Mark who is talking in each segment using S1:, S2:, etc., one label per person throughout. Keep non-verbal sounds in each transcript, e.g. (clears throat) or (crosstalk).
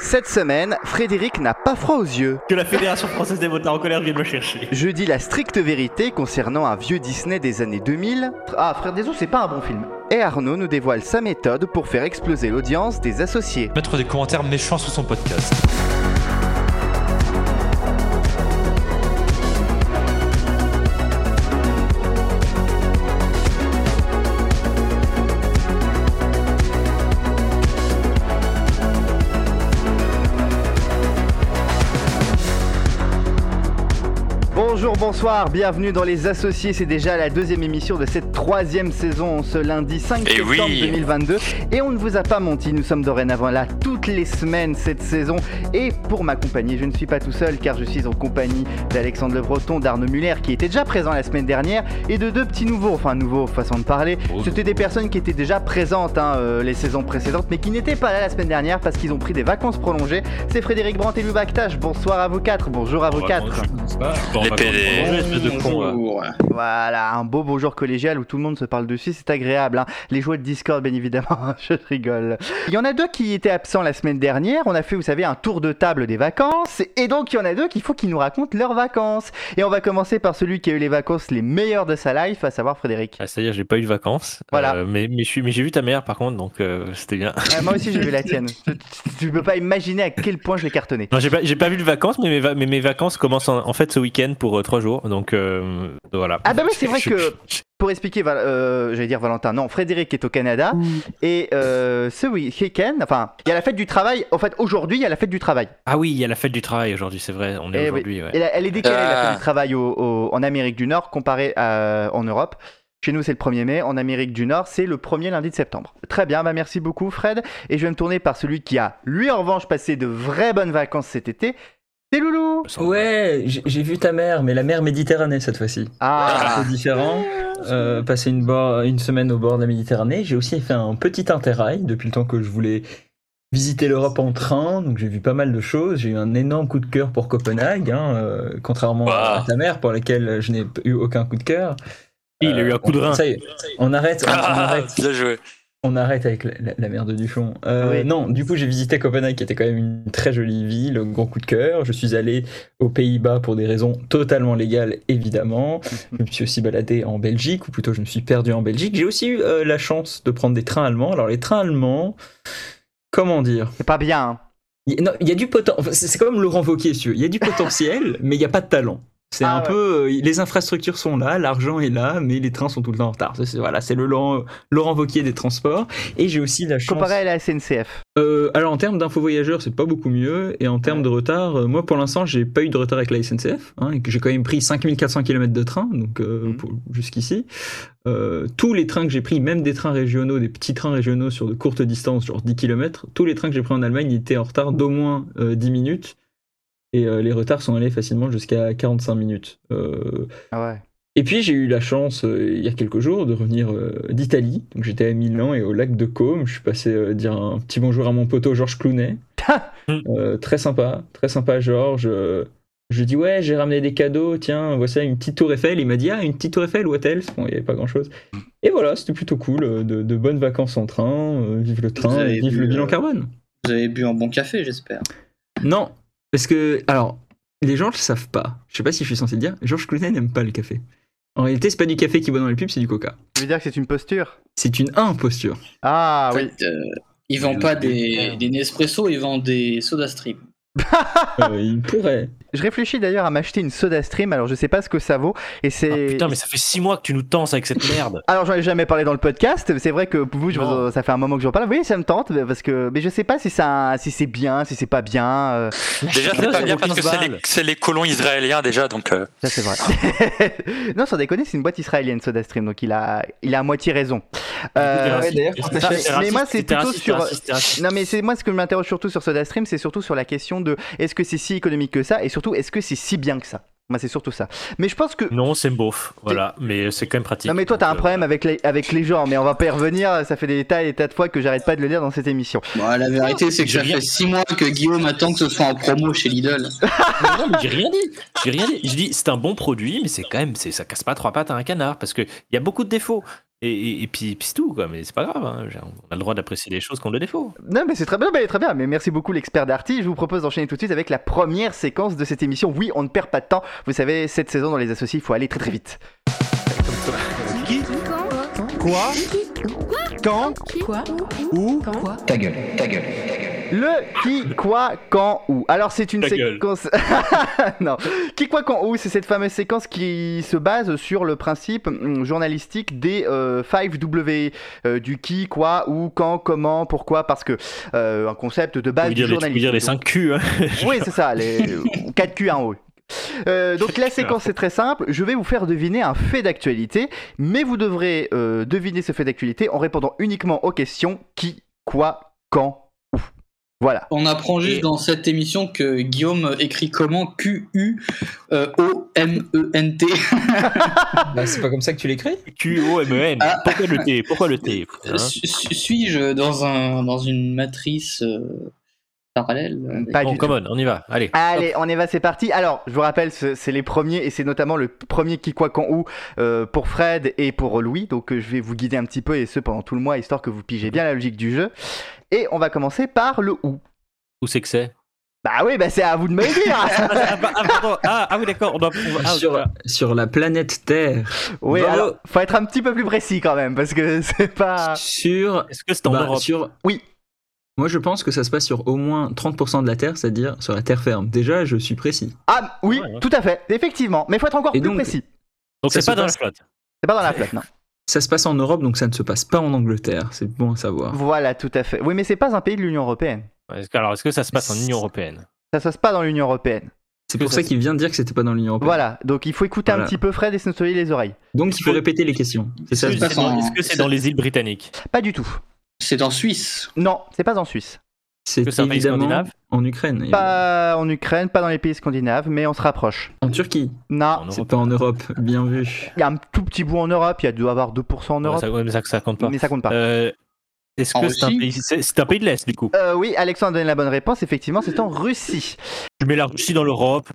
S1: Cette semaine, Frédéric n'a pas froid aux yeux.
S2: Que la Fédération Française des Motards en colère vienne me chercher.
S1: Je dis la stricte vérité concernant un vieux Disney des années 2000. Ah, Frère des Eaux, c'est pas un bon film. Et Arnaud nous dévoile sa méthode pour faire exploser l'audience des associés.
S3: Mettre des commentaires méchants sous son podcast.
S1: Bonjour, bonsoir, bienvenue dans Les Associés. C'est déjà la deuxième émission de cette troisième saison ce lundi 5
S4: Eh
S1: septembre
S4: oui.
S1: 2022. Et on ne vous a pas menti, nous sommes dorénavant là toutes les semaines cette saison. Et pour m'accompagner, je ne suis pas tout seul car je suis en compagnie d'Alexandre Le Breton, d'Arnaud Muller qui était déjà présent la semaine dernière et de deux petits nouveaux, enfin nouveaux façon de parler.
S3: Oh,
S1: C'était des personnes qui étaient déjà présentes hein, euh, les saisons précédentes mais qui n'étaient pas là la semaine dernière parce qu'ils ont pris des vacances prolongées. C'est Frédéric Brandt et Lou Bactache. Bonsoir à vous quatre, bonjour à vous quatre.
S4: Les PD.
S2: Bonjour, espèce de con, là.
S1: Voilà, un beau beau jour collégial où tout le monde se parle dessus, c'est agréable. hein. Les jouets de Discord, bien évidemment, (laughs) je rigole. Il y en a deux qui étaient absents la semaine dernière. On a fait, vous savez, un tour de table des vacances. Et donc, il y en a deux qu'il faut qu'ils nous racontent leurs vacances. Et on va commencer par celui qui a eu les vacances les meilleures de sa life, à savoir Frédéric.
S3: Ah, c'est-à-dire, j'ai pas eu de vacances.
S1: Voilà.
S3: Euh, mais mais je suis- mais j'ai vu ta mère, par contre, donc euh, c'était bien. (laughs)
S1: Ouais, moi aussi, j'ai vu la tienne. Tu- tu- Tu peux pas imaginer à quel point je l'ai cartonné.
S3: Non, j'ai pas, j'ai pas vu de vacances, mais mes, va- mais mes vacances commencent en, en fait ce week-end pour euh, trois jours. Donc euh, voilà.
S1: Ah bah oui, c'est vrai
S3: Je-
S1: que- Pour expliquer, Val- euh, j'allais dire Valentin, non, Frédéric est au Canada. Et euh, ce week-end, enfin, il y a la fête du travail. En fait, aujourd'hui, il y a la fête du travail.
S3: Ah oui, il y a la fête du travail aujourd'hui, c'est vrai. On est
S1: Eh oui.
S3: aujourd'hui, ouais.
S1: Elle, elle est décalée, la
S4: Ah.
S3: Euh.
S1: fête du travail au- au- en Amérique du Nord comparée à- en Europe. Chez nous, c'est le 1er mai. En Amérique du Nord, c'est le 1er lundi de septembre. Très bien, bah merci beaucoup, Fred. Et je vais me tourner par celui qui a, lui, en revanche, passé de vraies bonnes vacances cet été. C'est Loulou
S5: Ouais, j'ai j'ai vu ta mère, mais la mer Méditerranée cette fois-ci.
S1: Ah
S5: C'est différent. Euh, passer une, bord- une semaine au bord de la Méditerranée. J'ai aussi fait un petit interrail depuis le temps que je voulais visiter l'Europe en train. Donc j'ai vu pas mal de choses. J'ai eu un énorme coup de cœur pour Copenhague, hein, euh, contrairement à
S3: Bah.
S4: Wow.
S5: ta mère pour laquelle je n'ai eu aucun coup de cœur. Euh,
S3: Il a eu un coup de rein.
S5: Ça y est, on arrête, on, on
S4: Ah,
S5: arrête.
S4: bien joué.
S5: On arrête avec la, la- la mer de Duchon. Euh,
S1: Oui.
S5: Non, du coup, j'ai visité Copenhague, qui était quand même une très jolie ville, gros coup de cœur. Je suis allé aux Pays-Bas pour des raisons totalement légales, évidemment. Je me suis aussi baladé en Belgique, ou plutôt, je me suis perdu en Belgique. J'ai aussi eu euh, la chance de prendre des trains allemands. Alors, les trains allemands, comment dire
S1: C'est pas bien. hein.
S5: Il y- non, il y a du potentiel. c'est c'est comme Laurent Wauquiez, si tu veux. Il y a du potentiel,
S1: (laughs)
S5: mais il n'y a pas de talent. C'est
S1: Ah
S5: un
S1: ouais.
S5: peu. euh, les infrastructures sont là, l'argent est là, mais les trains sont tout le temps en retard. Ça, C'est, voilà, c'est le Laurent, Laurent Wauquiez des transports. Et j'ai aussi la chance.
S1: Comparé à la SNCF.
S5: Euh, alors, en termes d'info voyageurs, c'est pas beaucoup mieux. Et en termes de retard, euh, moi pour l'instant, j'ai pas eu de retard avec la SNCF. hein, et que j'ai quand même pris 5400 km de train, donc euh,
S1: Mhm.
S5: pour- jusqu'ici. Euh, tous les trains que j'ai pris, même des trains régionaux, des petits trains régionaux sur de courtes distances, genre 10 km, tous les trains que j'ai pris en Allemagne étaient en retard d'au moins euh, 10 minutes. Et euh, les retards sont allés facilement jusqu'à 45 minutes. Euh,
S1: Ah ouais.
S5: et puis j'ai eu la chance euh, il y a quelques jours de revenir euh, d'Italie. Donc j'étais à Milan et au lac de Côme. Je suis passé euh, dire un petit bonjour à mon poteau Georges Clounet.
S6: Mm.
S5: Euh, très sympa, très sympa Georges. Euh, je lui dis ouais j'ai ramené des cadeaux. Tiens voici une petite tour Eiffel. Il m'a dit ah une petite tour Eiffel what else Bon il n'y avait pas grand chose.
S6: Mm.
S5: Et voilà c'était plutôt cool. euh, De, de bonnes vacances en train. euh, vive le train.
S6: avez
S5: et Vive
S6: vu,
S5: le bilan
S6: euh,
S5: carbone.
S6: Vous avez bu un bon café, j'espère.
S5: Non parce que alors les gens le savent pas. Je sais pas si je suis censé le dire. Georges Clounet n'aime pas le café. En réalité c'est pas du café qu'il boit dans les pubs c'est du Coca.
S1: Tu veux dire que c'est une posture
S5: C'est une imposture.
S1: Ah
S6: En
S1: oui.
S6: fait, euh, ils vendent pas des, des Nespresso, ils vendent des SodaStream.
S5: Euh, il pourrait.
S1: Je réfléchis d'ailleurs à m'acheter une soda stream, alors je sais pas ce que ça vaut. Et
S3: Ah,
S1: c'est.
S3: putain, mais ça fait six mois que tu nous tenses avec cette merde.
S1: Alors j'en ai jamais parlé dans le podcast, c'est vrai que pour vous, je-
S3: Non.
S1: ça fait un moment que je vous en parle. Oui, ça me tente, mais parce que mais je sais pas si ça, si c'est bien, si c'est pas bien. euh,
S4: Déjà, c'est
S3: Non,
S4: pas
S3: ça
S4: bien
S3: vaut
S4: parce que
S3: 15
S4: c'est les,
S3: balles.
S4: c'est les colons israéliens déjà, donc euh,
S1: ça c'est vrai. (laughs) non, sans déconner, c'est une boîte israélienne SodaStream, donc il a, il a à moitié raison.
S3: Ah, T'es
S1: Euh,
S3: raciste.
S5: d'ailleurs,
S3: T'es
S5: quand
S1: t'achètes-
S3: raciste, t'es
S1: mais moi,
S3: raciste,
S1: c'est
S3: t'es
S1: plutôt
S3: raciste,
S1: sur- euh,
S3: t'es raciste, t'es raciste.
S1: non mais c'est moi ce que je m'interroge surtout sur SodaStream, c'est surtout sur la question de est-ce que c'est si économique que ça et surtout est-ce que c'est si bien que ça. Moi, c'est surtout ça. Mais je pense que
S3: Non, c'est beauf, voilà, mais c'est quand même pratique.
S1: Non mais toi t'as un
S3: Donc, euh,
S1: problème avec les, avec les gens mais on va pas y revenir ça fait des tas et des tas de fois que j'arrête pas de le dire dans cette émission.
S6: Bon, la vérité, c'est que
S3: J'ai
S6: ça
S3: rien-
S6: fait 6 mois que Guillaume attend que ce soit en promo chez Lidl.
S3: Non, mais j'ai rien dit. J'ai rien dit. Je dis c'est un bon produit, mais c'est quand même, c'est, ça casse pas trois pattes à un canard parce que il y a beaucoup de défauts. Et, et, et puis, puis c'est tout, quoi. Mais c'est pas grave. hein. Genre, On a le droit d'apprécier les choses qu'on le défaut.
S1: Non, mais c'est très bien, mais très bien. Mais merci beaucoup, l'expert d'Arty. Je vous propose d'enchaîner tout de suite avec la première séquence de cette émission. Oui, on ne perd pas de temps. Vous savez, cette saison dans les associés, il faut aller très très vite. Quoi Quand
S7: Quoi
S1: Où
S7: Quoi
S8: Ta gueule, ta gueule.
S1: Le qui, quoi, quand, où. Alors, c'est une
S3: Ta gueule.
S1: séquence. (laughs) non. Qui, quoi, quand, où, c'est cette fameuse séquence qui se base sur le principe hum, journalistique des 5W. euh, du qui, quoi, où, quand, comment, pourquoi, parce que. euh, un concept de base du
S3: Vous dire les,
S1: journalisme.
S3: faut dire les 5 Q. hein.
S1: (laughs) Oui, c'est ça, les 4 Q, 1 O. Euh, donc la séquence est très simple, je vais vous faire deviner un fait d'actualité, mais vous devrez euh, deviner ce fait d'actualité en répondant uniquement aux questions qui, quoi, quand, où. Voilà.
S6: On apprend juste
S3: Et-
S6: dans cette émission que Guillaume écrit comment Q-U-O-M-E-N-T.
S5: Bah, c'est pas comme ça que tu l'écris
S3: Q, O, M, E, N.
S6: Ah.
S3: Pourquoi le T Pourquoi le T hein
S6: Su- su- Suis-je dans, un, dans une matrice euh, parallèle avec-
S1: Pas
S3: Bon,
S1: du tout.
S3: come on, on y va. Allez.
S1: Allez, on y va, c'est parti. Alors, je vous rappelle, ce- c'est les premiers et c'est notamment le premier qui, quoi, quand, où euh, pour Fred et pour Louis. Donc, euh, je vais vous guider un petit peu et ce pendant tout le mois, histoire que vous pigez bien la logique du jeu. Et on va commencer par le où.
S3: Où c'est que c'est
S1: Bah oui, bah c'est à vous de me le dire.
S3: ah, bah, ah, pardon. ah, ah oui, d'accord. On doit. on va- ah,
S5: sur,
S3: voilà.
S5: sur la planète Terre.
S1: Oui,
S5: Bravo.
S1: alors, faut être un petit peu plus précis quand même, parce que (laughs) c'est
S3: Ah.
S1: pas.
S5: Sur
S3: Est-ce que c'est en
S5: Bah,
S3: Europe
S5: sur-
S1: Oui.
S5: Moi, je pense que ça se passe sur au moins 30% de la Terre, c'est-à-dire sur la Terre ferme. Déjà, je suis précis.
S1: Ah oui,
S3: Ouais, ouais.
S1: tout à fait, effectivement, mais faut être encore
S5: Et
S1: plus
S5: donc-
S1: précis.
S3: Donc Ah,
S5: ça
S3: c'est pas
S5: se
S3: dans la
S5: passe-
S3: flotte.
S1: C'est pas dans la flotte, non.
S5: Ça se passe en Europe, donc ça ne se passe pas en Angleterre. C'est bon à savoir.
S1: Voilà, tout à fait. Oui, mais c'est pas un pays de l'Union européenne.
S3: Est-ce que- Alors, est-ce que ça se passe en Union européenne
S1: Ça se passe pas dans l'Union européenne.
S5: C'est
S3: que
S5: pour
S3: ça
S5: ça
S3: se-
S5: qu'il vient de dire que c'était pas dans l'Union européenne.
S1: Voilà, donc il faut écouter un
S5: Voilà.
S1: petit peu Fred et se nettoyer les oreilles.
S5: Donc, il faut répéter les questions. C'est ça.
S3: Est-ce que
S6: passe
S3: c'est dans-
S6: en-
S3: est-ce que c'est dans les îles britanniques
S1: Pas du tout.
S6: C'est dans Suisse.
S1: Non, c'est pas en Suisse.
S5: C'est
S3: que c'est un pays
S5: évidemment
S3: scandinave
S5: en Ukraine. évidemment.
S1: Pas en Ukraine, pas dans les pays scandinaves, mais on se rapproche.
S5: En Turquie.
S1: Non,
S3: Ah, En
S5: C'est
S3: Europe.
S5: pas en Europe. Bien vu.
S1: il y a un tout petit bout en Europe, il y a dû avoir 2% en
S3: Ouais,
S1: Europe,
S3: ça, ouais, mais ça, ça compte pas.
S1: mais ça compte pas.
S3: Euh, est-ce
S6: En
S3: que c'est un
S6: Russie
S3: pays C'est c'est un pays de l'Est du coup.
S1: Euh, oui, Alexandre donne la bonne réponse, effectivement, c'est en Russie.
S3: Je mets la Russie dans l'Europe.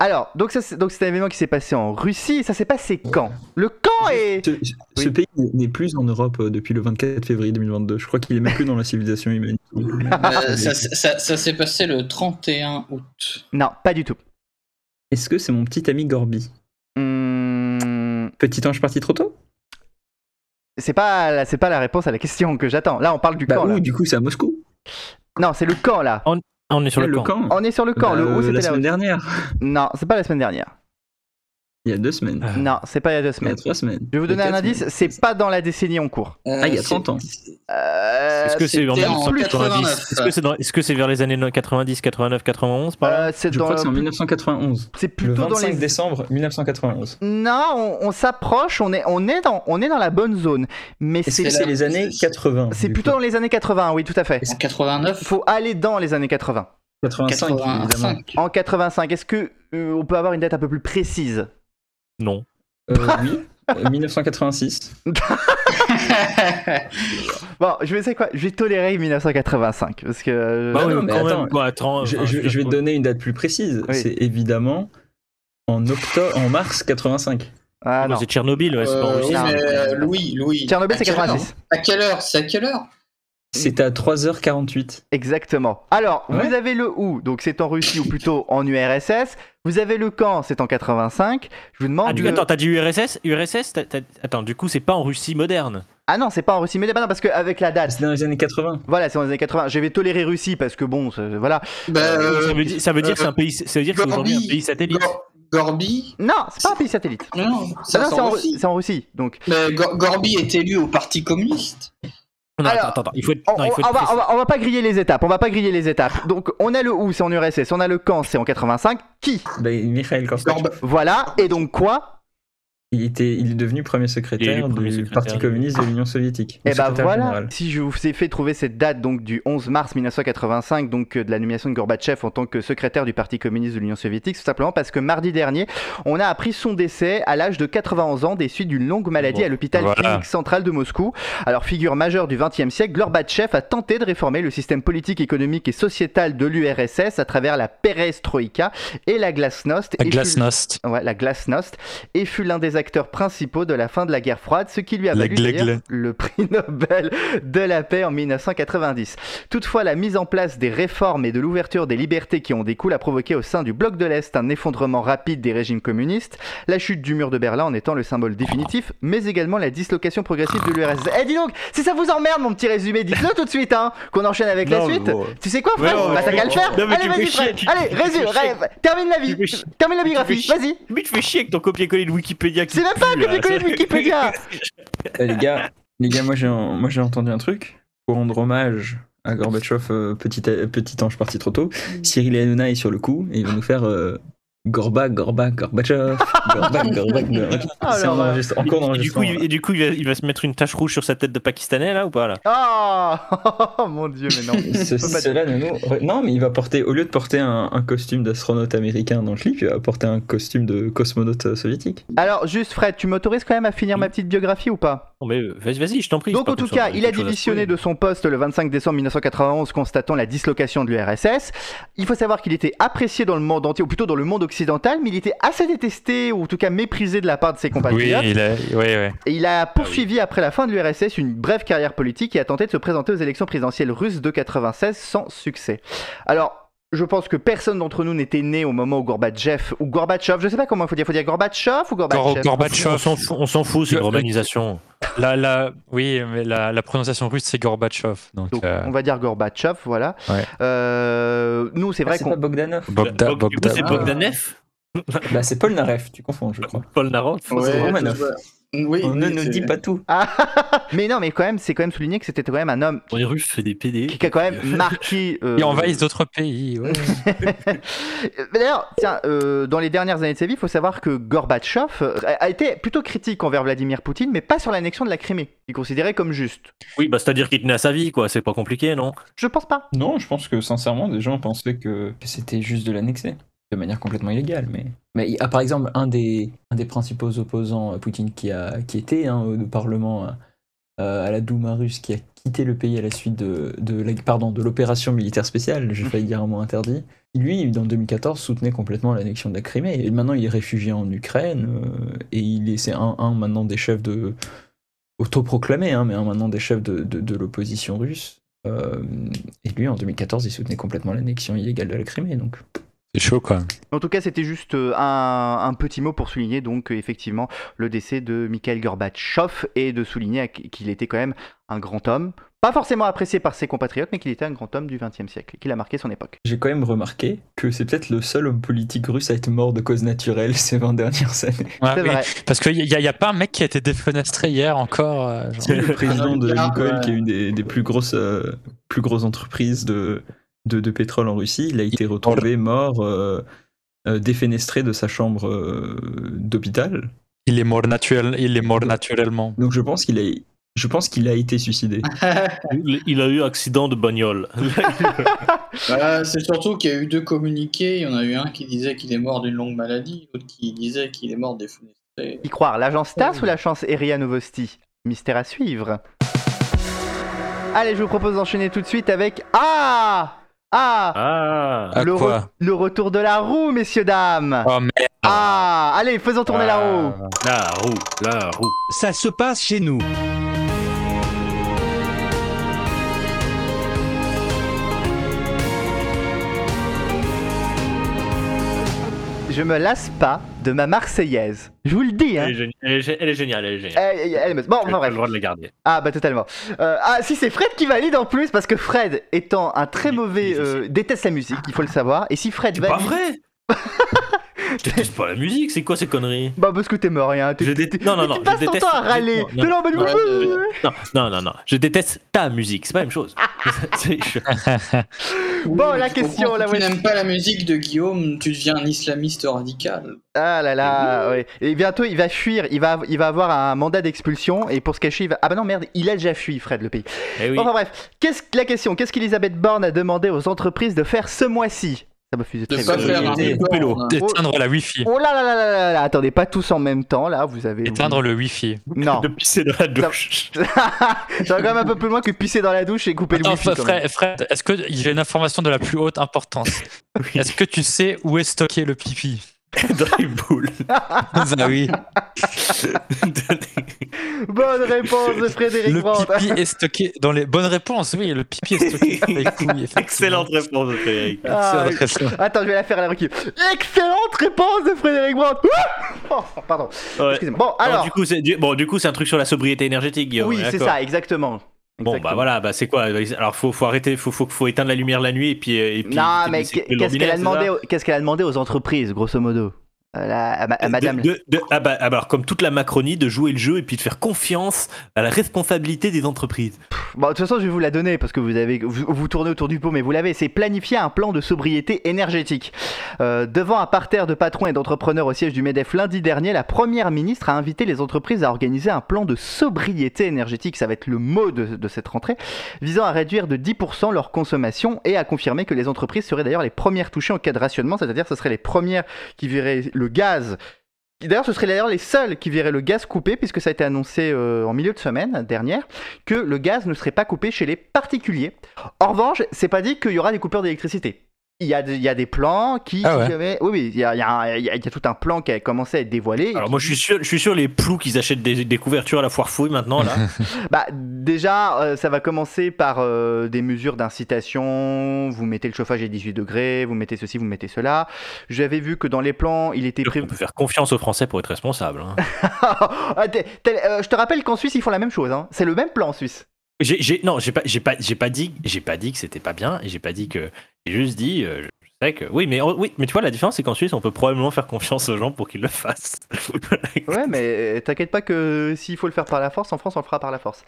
S1: Alors, donc ça, c'est- donc c'est un événement qui s'est passé en Russie. Ça s'est passé quand Le quand est
S5: Ce, ce
S1: Oui.
S5: pays n'est plus en Europe euh, depuis le 24 février 2022. Je crois qu'il est même plus dans la civilisation
S1: (laughs)
S5: humaine. Ah,
S6: Euh, ça ça- ça s'est passé le 31 août.
S1: Non, pas du tout.
S5: Est-ce que c'est mon petit ami Gorbi
S1: Hmm,
S5: Petit ange parti trop tôt
S1: c'est pas, la- c'est pas la réponse à la question que j'attends. Là, on parle du
S5: Bah
S1: camp. là.
S5: oui, du coup, c'est à Moscou.
S1: Non, c'est le camp là.
S3: Ah, on est sur
S5: Ah,
S3: le, camp.
S1: On est sur le camp.
S5: Bah,
S1: le
S5: euh,
S1: haut, c'était
S5: la
S1: la,
S5: semaine
S1: Russie.
S5: dernière.
S1: Non, c'est pas la semaine dernière.
S5: Il y a deux semaines.
S3: Ah.
S1: Non, c'est pas il y a deux
S5: Il y a
S1: semaines.
S5: trois semaines.
S1: Je vais vous
S5: Il y
S1: donner
S5: a
S1: un
S5: quatre
S1: indice.
S5: semaines.
S1: C'est pas dans la décennie en cours.
S5: Ah, il y a 30 ans.
S1: Euh,
S3: Est-ce que c'est en
S6: c'était en
S3: 1990
S6: 89.
S3: Est-ce que c'est dans- est-ce que c'est vers les années 90, 89, 91 par là
S1: euh, c'est
S5: Je
S1: dans-
S5: crois que c'est en 1991.
S1: c'est
S5: Le
S1: plutôt dans
S5: 25
S1: les.
S5: décembre 1991.
S1: Non, on, on s'approche. On est, on est dans, on est dans la bonne zone. Mais
S5: Est-ce
S1: c'est,
S5: que c'est les années 80
S1: c'est
S5: du
S1: plutôt
S5: coup
S1: dans les années 80. Oui, tout à fait.
S6: En 89
S1: Faut aller dans les années 80.
S5: 85, évidemment.
S6: 85.
S1: En 85, est-ce que euh, on peut avoir une date un peu plus précise
S3: Non.
S5: Euh, oui. Euh, 1986.
S1: (laughs) Bon, je vais sais quoi, je vais tolérer 1985 parce que euh,
S3: Bah oui,
S5: non,
S3: quand
S5: mais
S3: même.
S5: attends.
S3: Bon, attends, euh,
S5: Je,
S3: enfin,
S5: je- je vais
S3: dire,
S5: te donner une date plus précise.
S1: Oui.
S5: C'est évidemment en, octo- en mars 85.
S1: ah
S3: bon,
S1: non.
S3: C'est Tchernobyl, ouais, c'est pas en
S6: Euh,
S3: Russie.
S6: oui,
S1: non.
S6: mais, euh, Louis, Louis.
S1: Tchernobyl
S6: à
S1: c'est
S6: quelle heure
S1: 86.
S6: À quelle heure C'est à quelle heure
S5: C'était à 3h48.
S1: Exactement. Alors,
S5: Ouais.
S1: vous avez le où, donc c'est en Russie ou plutôt en URSS. Vous avez le quand, c'est en 85. Je vous demande
S3: Ah, du-
S1: le-
S3: Attends, t'as dit URSS URSS t'as- t'as- Attends, du coup, c'est pas en Russie moderne.
S1: Ah non, c'est pas en Russie, mais bah non parce qu'avec la date.
S5: C'était dans les années 80.
S1: Voilà, c'est dans les années 80. Je vais tolérer Russie parce que bon, c'est- voilà.
S6: bah,
S3: ça
S6: euh,
S3: veut dire, ça veut dire que c'est un pays, ça veut dire que c'est aujourd'hui un
S6: Gorbi.
S3: pays satellite.
S6: Gor- Gorbi
S1: Non, c'est pas un pays satellite.
S6: Non,
S1: Ah
S6: ça
S1: non,
S6: c'est en Russie.
S1: c'est en Russie. Donc,
S6: Mais Gor- Gorbi est élu au Parti communiste.
S3: Non,
S1: Alors,
S3: attends, attends, attends, il faut être,
S1: on,
S3: non, il faut
S1: on-
S3: être
S1: on va,
S3: précis.
S1: on va- on va pas griller les étapes. On va pas griller les étapes. Donc, on a le où, c'est en URSS. On a le quand, c'est en 85. Qui
S5: Ben, Mikhail Gorbatchev,
S6: Gorb-
S1: Voilà. Et donc quoi
S5: il, était, il est devenu premier secrétaire
S3: Il est
S5: du
S3: premier secrétaire
S5: Parti
S3: du-
S5: communiste de l'Union soviétique.
S1: Et
S5: Le
S1: bah
S5: secrétaire
S1: voilà,
S5: général.
S1: si je vous ai fait trouver cette date donc du 11 mars 1985, donc euh, de la nomination de Gorbatchev en tant que secrétaire du Parti communiste de l'Union soviétique, tout simplement parce que mardi dernier, on a appris son décès à l'âge de 91 ans des suites d'une longue maladie
S3: Bon,
S1: à l'hôpital
S4: voilà.
S1: clinique central de Moscou. Alors figure majeure du XXe siècle, Gorbatchev a tenté de réformer le système politique, économique et sociétal de l'URSS à travers la perestroïka et la glasnost. et
S4: La
S1: fut-
S4: glasnost.
S1: Ouais, la glasnost, et fut l'un des des acteurs principaux de la fin de la guerre froide, ce qui lui a
S7: La
S1: valu d'ailleurs
S7: glegle.
S1: le prix (laughs) Nobel de la paix en 1990. Toutefois, la mise en place des réformes et de l'ouverture des libertés qui en découlent a provoqué au sein du bloc de l'Est un effondrement rapide des régimes communistes, la chute du mur de Berlin en étant le symbole définitif, mais également la dislocation progressive de l'URSS. Eh dis donc, si ça vous emmerde mon petit résumé, dites-le tout de suite, hein, qu'on enchaîne avec la
S3: Non,
S1: suite.
S3: gros.
S1: Tu sais quoi, Fred
S3: Ouais, ouais,
S1: Bah t'as
S3: ouais.
S1: qu'à le faire.
S3: Non, mais
S1: Allez,
S3: tu
S1: vas-y,
S3: fais chier,
S1: Fred.
S3: tu-
S1: Allez,
S3: tu
S1: résume,
S3: fais chier.
S1: rêve. Termine la vie.
S3: Tu fais chier.
S1: Termine la
S3: fais
S1: biographie.
S3: chier.
S1: Vas-y.
S3: Mais tu fais chier avec ton copier-coller de Wikipédia. qui
S1: C'est même pas un
S3: pue, là. (laughs)
S1: copier-coller de Wikipédia.
S5: Eh, les gars, les gars, moi j'ai un- moi j'ai entendu un truc pour rendre hommage à Gorbatchev, euh, petit, euh, petit ange parti trop tôt. Cyril Hanouna est sur le coup et il va nous faire euh, Gorba, Gorba, (laughs) Gorbatchev, Gorba, Gorba, Gorbatchev. C'est
S1: Alors,
S5: en enregistre-
S3: Et-
S5: encore
S3: et du coup,
S5: enregistrement.
S3: il, et du coup il, va, il va se mettre une tache rouge sur sa tête de Pakistanais là ou pas là
S1: Ah, Oh (laughs) mon dieu, mais non.
S5: (laughs) Ce-
S1: peut pas
S5: cela ne nous- re- Non, mais il va porter, au lieu de porter un, un costume d'astronaute américain dans le clip, il va porter un costume de cosmonaute euh, soviétique.
S1: Alors juste Fred, tu m'autorises quand même à finir ma petite biographie ou pas
S3: Non, mais euh, vas-y, vas-y, je t'en prie.
S1: Donc
S3: c'est
S1: en
S3: pas
S1: tout
S3: comme ça,
S1: cas,
S3: y
S1: il a
S3: quelque chose à se
S1: démissionné
S3: prouver.
S1: de son poste le 25 décembre 1991 constatant la dislocation de l'URSS. Il faut savoir qu'il était apprécié dans le monde entier, ou plutôt dans le monde occidental, mais il était assez détesté, ou en tout cas méprisé de la part de ses
S4: Oui,
S1: compatriotes.
S4: il est. Oui, Ah oui.
S1: Et il a poursuivi après la fin de l'URSS une brève carrière politique et a tenté de se présenter aux élections présidentielles russes de 96 sans succès. Alors, je pense que personne d'entre nous n'était né au moment où Gorbatchev ou Gorbatchev, je sais pas comment il faut dire, faut dire Gorbatchev ou Gorbatchev.
S4: Gor-
S3: On
S4: Gorbatchev.
S3: s'en fout, on s'en fout, c'est une
S4: Le-
S3: romanisation.
S4: La, la, oui, mais la, la prononciation russe, c'est Gorbatchev. Donc,
S1: Donc,
S4: euh,
S1: on va dire Gorbatchev, voilà.
S4: Ouais.
S1: Euh, nous, c'est vrai
S5: Ah, c'est
S1: qu'on.
S5: pas Bogdanov.
S4: Bogda-
S3: Bog- du coup,
S4: Bogda-
S3: c'est Bogdanev
S5: Bah, c'est Paul Narev, tu confonds, je crois.
S3: Paul Narov
S5: c'est
S6: Ouais,
S5: Romanov.
S6: je vois. Oui,
S5: On ne
S6: oui,
S5: nous
S6: c'est-
S5: dit pas tout.
S1: Mais non, mais quand même, c'est quand même souligné que c'était quand même un homme
S3: On est russe, c'est des PD.
S1: qui qui a quand
S5: (laughs)
S1: même marqué. euh,
S4: Ils envahissent d'autres pays. ouais.
S1: Mais D'ailleurs, tiens, euh, dans les dernières années de sa vie, il faut savoir que Gorbatchev euh, a- a été plutôt critique envers Vladimir Poutine, mais pas sur l'annexion de la Crimée, qu'il considérait comme juste.
S3: Oui, bah c'est-à-dire qu'il tenait à sa vie, quoi. C'est pas compliqué, non
S1: Je pense pas.
S5: Non, je pense que sincèrement, des gens pensaient que, que c'était juste de l'annexer, de manière complètement illégale. Mais, mais il- ah, par exemple, un des, un des principaux opposants à Poutine qui, a, qui était hein, au Parlement, euh, à la Douma russe, qui a quitté le pays à la suite de, de la- pardon, de l'opération militaire spéciale, j'ai failli dire un mot interdit, lui, en 2014, soutenait complètement l'annexion de la Crimée. Et maintenant, il est réfugié en Ukraine, euh, et il est, c'est un, un maintenant des chefs de autoproclamé, hein, mais un maintenant des chefs de- de- de l'opposition russe. Euh, et lui, en 2014, il soutenait complètement l'annexion illégale de la Crimée. Donc,
S4: C'est chaud, quoi.
S1: En tout cas, c'était juste euh, un, un petit mot pour souligner donc euh, effectivement le décès de Mikhail Gorbatchev et de souligner à- qu'il était quand même un grand homme, pas forcément apprécié par ses compatriotes, mais qu'il était un grand homme du XXe siècle, et qu'il a marqué son époque.
S5: j'ai quand même remarqué que c'est peut-être le seul homme politique russe à être mort de cause naturelle ces 20 dernières années.
S4: Ouais,
S1: C'est
S4: oui.
S1: vrai.
S4: Parce qu'il n'y a, y a pas un mec qui a été défenestré hier encore. euh, genre.
S5: Le président de
S6: Ah,
S5: Lukoil,
S6: ouais.
S5: qui est une des, des plus, grosses, euh, plus grosses entreprises de, de, de pétrole en Russie, il a été retrouvé mort, euh, euh, défenestré de sa chambre euh, d'hôpital.
S4: Il est mort, naturel, il est mort naturellement.
S5: Donc, je pense qu'il a, je pense qu'il a été suicidé.
S3: Il il a eu accident de bagnole. (laughs)
S6: Bah, c'est surtout qu'il y a eu deux communiqués. Il y en a eu un qui disait qu'il est mort d'une longue maladie, l'autre qui disait qu'il est mort des funérailles.
S1: Y croire, l'agence TAS ou la chance Eria Novosti Mystère à suivre. Allez, je vous propose d'enchaîner tout de suite avec Ah Ah
S3: Ah
S4: Ah,
S1: le, re-
S4: quoi
S1: le retour de la roue, messieurs, dames
S4: Oh merde.
S1: Ah Allez, faisons tourner la roue
S3: La roue, la roue.
S8: Ça se passe chez nous.
S1: Je me lasse pas de ma Marseillaise. Je vous le dis, hein
S3: Elle est géniale, elle est gé- elle est géniale. Elle est géniale.
S1: Elle- elle- elle me- Bon,
S3: T'as
S1: enfin
S3: pas
S1: bref.
S3: le droit de la garder.
S1: Ah bah totalement. Euh, ah si c'est Fred qui valide en plus parce que Fred étant un très
S3: Oui,
S1: mauvais
S3: oui, je sais.
S1: euh, déteste la musique, il faut le savoir. Et si Fred
S3: C'est pas
S1: valide, (laughs)
S3: vrai Je déteste pas la musique, c'est quoi ces conneries
S1: bah parce que t'aimes rien. t'es-
S3: Je
S1: t'es-
S3: déteste- non, non,
S1: mais
S3: non,
S1: Tu
S3: Oh, je
S1: passes ton
S3: déteste-
S1: temps à râler.
S3: Non, non,
S1: Non, mais-
S6: Ouais, euh,
S3: Non, non, non, non. Je déteste ta musique, c'est pas la même chose.
S1: (laughs)
S3: (laughs) C'est- je-
S1: Bon,
S6: Oui,
S1: la
S6: je
S1: question,
S6: comprends.
S1: la
S6: Si
S1: voici.
S6: tu n'aimes pas la musique de Guillaume, tu deviens un islamiste radical.
S1: Ah là là, ouais. Et bientôt il va fuir, il va, il va avoir un mandat d'expulsion et pour se cacher, il va. Ah bah non, merde, il a déjà fui, Fred, le pays.
S3: Eh oui.
S1: Enfin bref, qu'est-ce la question Qu'est-ce qu'Elisabeth Borne a demandé aux entreprises de faire ce mois-ci Ça me fusait
S6: De
S1: très
S6: pas
S1: bien.
S6: faire un hein
S3: euh, couper l'eau.
S6: record.
S4: D'éteindre la Wi-Fi.
S1: Oh là là là là là là, attendez, pas tous en même temps, là, vous avez.
S4: Éteindre le Wi-Fi.
S1: Non.
S3: De pisser dans la douche.
S1: (laughs)
S3: (laughs)
S1: Ça va quand même un peu plus loin que pisser dans la douche et couper
S4: Attends,
S1: le wifi. quand même.
S4: Fred, Fred, est-ce que j'ai une information de la plus haute importance Est-ce que tu sais où est stocké le pipi
S1: (laughs)
S3: Dribble.
S4: Ah oui,
S1: Bonne réponse de Frédéric Brandt.
S4: le pipi est stocké dans les bonnes réponses. Oui, le pipi est stocké dans les couilles. effectivement.
S3: Excellente réponse, Frédéric.
S1: Ah,
S4: Excellente réponse.
S1: Attends, je vais la faire à la requise. Excellente réponse de Frédéric Brandt. Ouh Oh, pardon,
S3: Ouais.
S1: excusez-moi. Bon,
S3: Alors,
S1: alors,
S3: du coup, c'est du- bon, du coup, c'est un truc sur la sobriété énergétique, Guillaume.
S1: oui, c'est
S3: d'accord.
S1: ça, exactement.
S3: Bon,
S1: Exactement.
S3: bah voilà, bah c'est quoi Alors, faut, faut arrêter, faut, faut, faut éteindre la lumière la nuit et puis. euh, Et puis
S1: Non,
S3: éviter
S1: mais
S3: de
S1: qu'est-
S3: s'écouper le
S1: qu'est-ce qu'elle a
S3: robinet, c'est
S1: demandé
S3: ça
S1: aux- Qu'est-ce qu'elle a demandé aux entreprises, grosso modo à, la- à ma- à
S3: De-
S1: Madame
S3: de- de- ah bah, alors, comme toute la Macronie, de jouer le jeu et puis de faire confiance à la responsabilité des entreprises.
S1: Bon, de toute façon, je vais vous la donner parce que vous avez vous, vous tournez autour du pot, mais vous l'avez. C'est planifier un plan de sobriété énergétique. Euh, devant un parterre de patrons et d'entrepreneurs au siège du Medef lundi dernier, la première ministre a invité les entreprises à organiser un plan de sobriété énergétique. Ça va être le mot de, de cette rentrée, visant à réduire de 10% leur consommation et à confirmer que les entreprises seraient d'ailleurs les premières touchées en cas de rationnement, c'est-à-dire ce seraient les premières qui verraient le gaz. D'ailleurs, ce seraient d'ailleurs les seuls qui verraient le gaz coupé, puisque ça a été annoncé euh, en milieu de semaine dernière que le gaz ne serait pas coupé chez les particuliers. En revanche, c'est pas dit qu'il y aura des coupures d'électricité. Il y, a, des- il y a des plans qui.
S4: Ah
S1: qui
S4: ouais.
S1: avaient- oui, oui, il y, a, il y a un- il y a- il y a tout un plan qui a commencé à être dévoilé.
S3: Alors, moi, je suis sûr, je suis sûr les ploucs, ils achètent des, des couvertures à la foire fouille maintenant, là.
S1: Bah, déjà, euh, ça va commencer par euh, des mesures d'incitation. Vous mettez le chauffage à 18 degrés, vous mettez ceci, vous mettez cela. J'avais vu que dans les plans, il était prévu.
S3: On peut faire confiance aux Français pour être responsable. hein.
S1: (laughs) Ah, t'es- t'es- euh, je te rappelle qu'en Suisse, ils font la même chose. hein. C'est le même plan en Suisse.
S3: J'ai, j'ai- non, j'ai pas, j'ai pas, j'ai pas dit, j'ai pas dit que c'était pas bien. et J'ai pas dit que, j'ai juste dit, euh, je sais que, oui, mais oh, oui, mais tu vois la différence, c'est qu'en Suisse, on peut probablement faire confiance aux gens pour qu'ils le fassent. (laughs)
S1: Ouais, mais euh, t'inquiète pas que s'il faut le faire par la force, en France, on le fera par la force.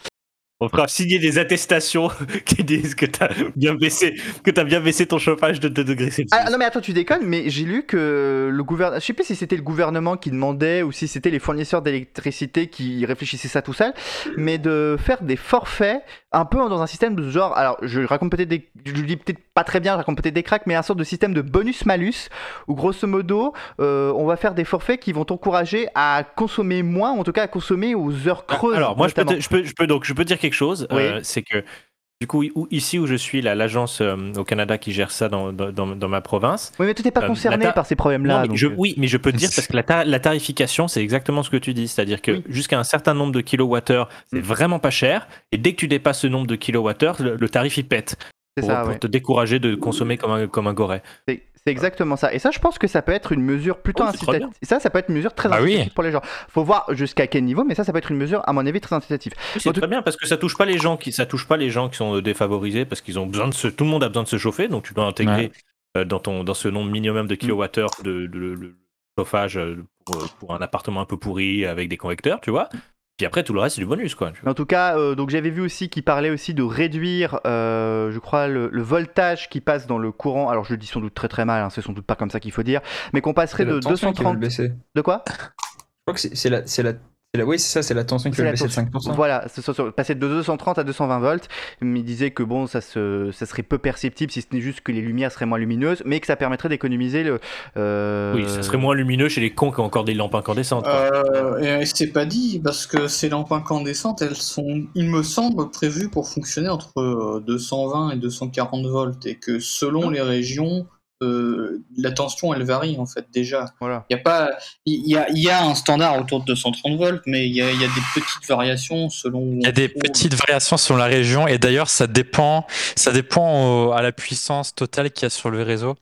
S3: On fera signer des attestations (laughs) qui disent que t'as bien baissé, que t'as bien baissé ton chauffage de 2 degrés Celsius.
S1: Ah, non mais attends tu déconnes mais j'ai lu que le gouvernement je sais plus si c'était le gouvernement qui demandait ou si c'était les fournisseurs d'électricité qui réfléchissaient ça tout seul mais de faire des forfaits un peu dans un système de genre alors je raconte peut-être des je le dis peut-être pas très bien je raconte peut-être des cracks mais un sorte de système de bonus malus où grosso modo euh, on va faire des forfaits qui vont t'encourager à consommer moins ou en tout cas à consommer aux heures creuses
S3: Ah, Alors moi je peux,
S1: notamment.
S3: te- je peux- je peux donc je peux dire quelque chose,
S1: Oui.
S3: euh, c'est que du coup i- où- ici où je suis là, l'agence euh, au Canada qui gère ça dans, dans, dans- dans ma province.
S1: oui mais tout n'est pas
S3: Euh,
S1: concerné
S3: la ta-
S1: par ces problèmes là euh,
S3: Non, mais je- oui, mais je peux te dire parce que la, ta- la tarification c'est exactement ce que tu dis, c'est-à-dire que
S1: Oui.
S3: jusqu'à un certain nombre de kilowattheures c'est
S1: Mm.
S3: vraiment pas cher et dès que tu dépasses ce nombre de kilowattheures le, le tarif il pète
S1: euh, c'est
S3: pour,
S1: ça
S3: pour
S1: ouais.
S3: te décourager de consommer comme un comme un goret.
S1: C'est c'est exactement ça. Et ça, je pense que ça peut être une mesure plutôt
S3: Oh, c'est trop
S1: incitative. Ça, ça peut être une mesure très
S4: Bah oui.
S1: incitative pour les gens. Faut voir jusqu'à quel niveau, mais ça, ça peut être une mesure, à mon avis, très incitative.
S3: C'est
S1: En tout-
S3: très bien parce que ça touche pas les gens qui ça touche pas les gens qui sont défavorisés parce qu'ils ont besoin de se tout le monde a besoin de se chauffer donc tu dois intégrer euh, dans ton dans ce nombre minimum de kilowattheures de, de- le- le chauffage euh, pour, euh, pour un appartement un peu pourri avec des convecteurs tu vois puis après tout le reste c'est du bonus quoi tu vois.
S1: Mais en tout cas, euh, donc j'avais vu aussi qu'il parlait aussi de réduire, euh, je crois, le, le voltage qui passe dans le courant. Alors, je le dis sans doute très très mal. hein, c'est sans doute pas comme ça qu'il faut dire, mais qu'on passerait de 230.
S5: baisser.
S1: De quoi
S5: Je crois que c'est c'est la, c'est la, c'est la, oui, c'est ça, c'est la tension qui
S1: C'est
S5: va
S1: la
S5: baisser de
S1: tension.
S5: 5%.
S1: Voilà, ce- ce- ce- passer de 230 à 220 volts, mais il disait que bon, ça, se, ça serait peu perceptible si ce n'est juste que les lumières seraient moins lumineuses, mais que ça permettrait d'économiser le. euh,
S3: oui ça serait moins lumineux chez les cons qui ont encore des lampes incandescentes quoi.
S6: Euh, et c'est pas dit, parce que ces lampes incandescentes, elles sont, il me semble, prévues pour fonctionner entre euh, 220 et 240 volts, et que selon les régions, euh, la tension, elle varie en fait déjà.
S1: Voilà.
S6: Il y a pas, il y a, il y a un standard autour de 230 volts, mais il y a, il y a des petites variations selon.
S4: Il y a des petites variations selon la région et d'ailleurs ça dépend, ça dépend au- à la puissance totale qu'il y a sur le réseau.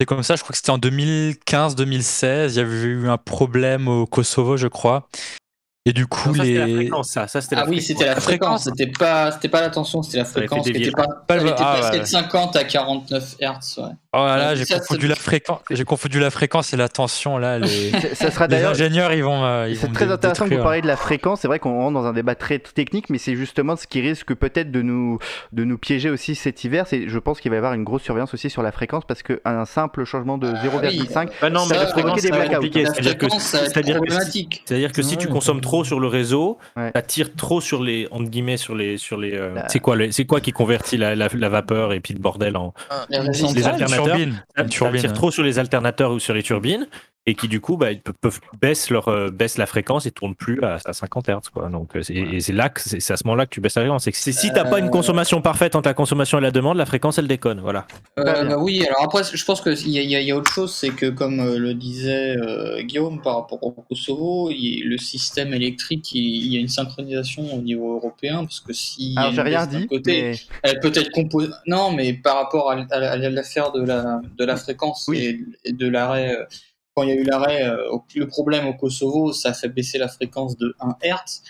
S4: C'est comme ça, je crois que c'était en 2015-2016, il y avait eu un problème au Kosovo, je crois. Et du coup,
S3: Non, ça, c'était la
S4: les...
S3: fréquence, ça, ça, c'était la
S6: Ah oui,
S3: fréquence.
S6: c'était la
S4: La
S6: fréquence,
S4: fréquence.
S6: c'était pas, c'était pas la tension, c'était la
S3: Fallait
S6: fréquence
S3: fait
S6: qui était
S3: dévier.
S6: pas,
S4: Pas le-
S6: elle était
S4: ah,
S6: passée
S4: ouais.
S6: de 50 à 49 Hz, ouais.
S4: Oh là là,
S6: Ouais,
S4: j'ai
S6: ça,
S4: confondu
S6: c'est-
S4: la fréquence, j'ai confondu la fréquence et la tension là. Les,
S1: Ça- ça sera
S4: les
S1: Ah, d'ailleurs.
S4: ingénieurs, ils vont, euh, ils vont
S1: C'est très
S4: dé-
S1: intéressant que
S4: détruire.
S1: vous parliez de la fréquence. C'est vrai qu'on rentre dans un débat très technique, mais c'est justement ce qui risque peut-être de nous, de nous piéger aussi cet hiver. C'est, je pense qu'il va y avoir une grosse surveillance aussi sur la fréquence parce qu'un simple changement de
S6: Ah
S1: 0,5.
S3: Ah non mais
S6: Ça,
S3: la fréquence
S1: provoquer des
S3: ça va être
S1: blackouts.
S3: compliqué
S6: La
S3: c'est-à-dire que
S6: fréquence, ça va être
S3: c'est-à-dire que si-
S6: problématique.
S3: C'est-à-dire que si
S5: Ouais,
S3: tu
S5: ouais.
S3: consommes trop sur le réseau,
S1: Ouais.
S3: t'attires trop sur les entre guillemets sur les sur les. euh,
S1: La-
S3: C'est quoi le- c'est quoi qui convertit la, la- la vapeur et puis le bordel en.
S6: Les
S3: les
S6: résistances.
S4: Ah, une
S3: alternateurs.
S4: turbine, une
S3: T'attires
S4: turbine.
S3: trop sur les alternateurs ou sur les turbines. et qui du coup bah, ils pe- peuvent, baissent, leur, euh, baissent la fréquence et tournent plus à, à 50 Hz. Quoi. Donc, euh, c'est- et c'est là que c'est c'est à ce moment-là que tu baisses la fréquence. C'est que si, si t'as pas une consommation parfaite entre la consommation et la demande, la fréquence elle déconne. Voilà.
S6: Euh,
S1: Très bien.
S6: bah oui, alors après, je pense qu'il y, a- il y a- il y a autre chose, c'est que comme euh, le disait euh, Guillaume par rapport au Kosovo, il- le système électrique, il, il y a une synchronisation au niveau européen, parce que si.
S1: Alors j'ai rien dit,
S6: Côté,
S1: mais-
S6: Elle peut être composée. Non, mais par rapport à, l- à la- à l'affaire de la, de la fréquence
S1: Oui.
S6: et, et de l'arrêt. euh, Quand il y a eu l'arrêt, euh, au- le problème au Kosovo, ça a fait baisser la fréquence de 1 Hz.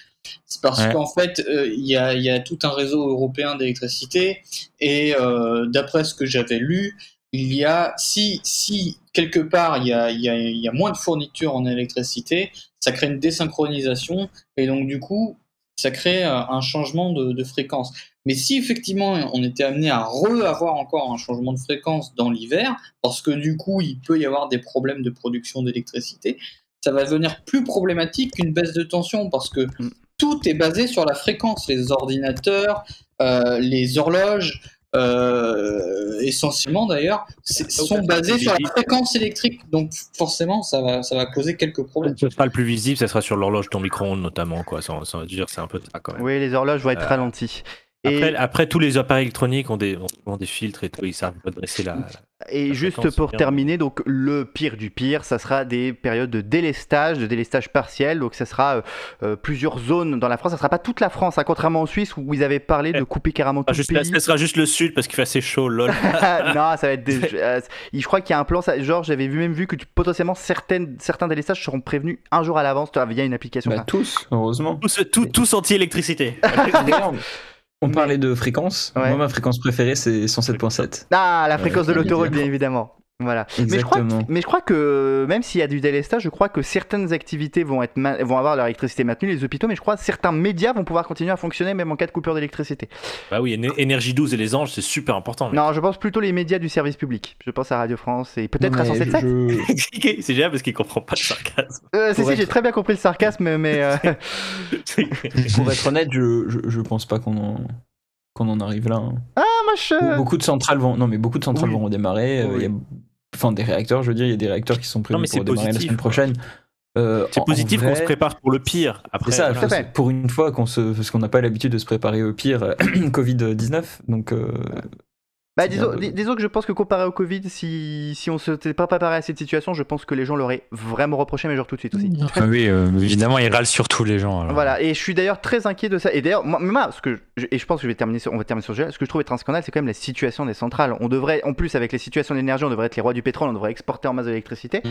S6: C'est parce
S4: Ouais.
S6: qu'en fait, euh, il y, a, il y a tout un réseau européen d'électricité. Et euh, d'après ce que j'avais lu, il y a, si, si quelque part il y a, il y a- il y a moins de fourniture en électricité, ça crée une désynchronisation. Et donc, du coup, ça crée euh, un changement de, de fréquence. Mais si effectivement on était amené à re-avoir encore un changement de fréquence dans l'hiver, parce que du coup il peut y avoir des problèmes de production d'électricité, ça va devenir plus problématique qu'une baisse de tension, parce que
S1: Mm.
S6: tout est basé sur la fréquence, les ordinateurs, euh, les horloges. euh, essentiellement d'ailleurs, c'est- sont basés sur la fréquence électrique, donc forcément ça va, ça va poser quelques problèmes.
S3: Ce sera le plus visible, ça sera sur l'horloge de ton micro-ondes notamment. Quoi. Sans, sans dire, c'est un peu ça quand même.
S1: Oui, les horloges vont être
S3: Euh,
S1: ralenties. Et-
S3: Après, après, tous les appareils électroniques ont des, ont souvent des filtres et tout, ils servent à dresser la. la-
S1: Et
S3: La
S1: juste
S3: fréquence,
S1: pour
S3: bien.
S1: terminer, donc le pire du pire, ça sera des périodes de délestage, de délestage partiel. Donc ça sera euh, euh, plusieurs zones dans la France. Ça sera pas toute la France, hein, contrairement en Suisse où ils avaient parlé
S4: Eh,
S1: de couper carrément tout
S3: Ah,
S1: le
S3: juste,
S1: pays.
S3: ce sera juste le sud parce qu'il fait assez chaud,
S5: (laughs)
S3: lol.
S1: (laughs) non, ça va être. Des... euh, je crois qu'il y a un plan. ça- Genre, j'avais vu- même vu que tu- potentiellement certaines, certains délestages seront prévenus un jour à l'avance toi, via une application.
S5: Bah, tous, heureusement.
S3: Tous, tous, tous anti-électricité.
S5: (laughs) Regarde, On parlait de fréquence.
S1: Ouais.
S5: Moi, ma fréquence préférée, c'est 107.7.
S1: Ah, la fréquence de
S5: Ouais,
S1: l'autoroute,
S5: exactement.
S1: bien évidemment. Voilà. Mais je, crois
S5: Exactement.
S1: que, mais je crois que même s'il y a du délestage, je crois que certaines activités vont, être ma- vont avoir leur électricité maintenue, les hôpitaux, mais je crois que certains médias vont pouvoir continuer à fonctionner même en cas de coupure d'électricité.
S3: bah oui, éner- énergie 12 et les anges, c'est super important. mec.
S1: Non, je pense plutôt les médias du service public. Je pense à Radio France et peut-être à
S5: Non, mais
S1: 107.7.
S3: (laughs)
S5: je-
S3: c'est génial parce qu'il comprend pas le
S5: (laughs)
S3: sarcasme.
S1: Euh, si,
S5: Pour
S1: si,
S5: être-
S1: j'ai très bien compris le sarcasme, mais
S5: (laughs)
S1: euh,
S5: Pour être honnête, je, je, je pense pas qu'on en, qu'on en arrive là. hein.
S1: moi je.
S5: Beaucoup de centrales vont, non mais beaucoup de centrales
S1: Euh. Oui.
S5: vont redémarrer. euh,
S1: Oui.
S5: il y a- enfin des réacteurs, je veux dire, il y a des réacteurs qui sont prévus
S3: Non, mais
S5: pour
S3: c'est
S5: démarrer la
S3: positif,
S5: semaine
S3: quoi.
S5: prochaine. Euh,
S3: C'est
S5: en- en
S3: positif qu'on
S5: vrai,
S3: se prépare pour le pire. Après,
S5: C'est ça,
S3: voilà.
S5: faut-
S1: tout à fait.
S5: pour une fois qu'on se, parce qu'on n'a pas l'habitude de se préparer au pire euh, (clears throat) Covid-19, donc euh,
S1: Bah,
S5: c'est
S1: disons,
S5: bien.
S1: dis- disons que je pense que comparé au Covid, si, si on s'était pas préparé à cette situation, je pense que les gens l'auraient vraiment reproché, mais genre tout de suite aussi.
S4: Ah oui, euh, évidemment, ils râlent sur tous les gens. alors.
S1: Voilà, et je suis d'ailleurs très inquiet de ça. Et d'ailleurs, moi, moi, ce que je, et je pense que je vais terminer sur, on va terminer sur ce sujet-là. Ce que je trouve être un scandale, c'est quand même la situation des centrales. On devrait, en plus, avec les situations d'énergie, on devrait être les rois du pétrole, on devrait exporter en masse de l'électricité.
S4: Mm.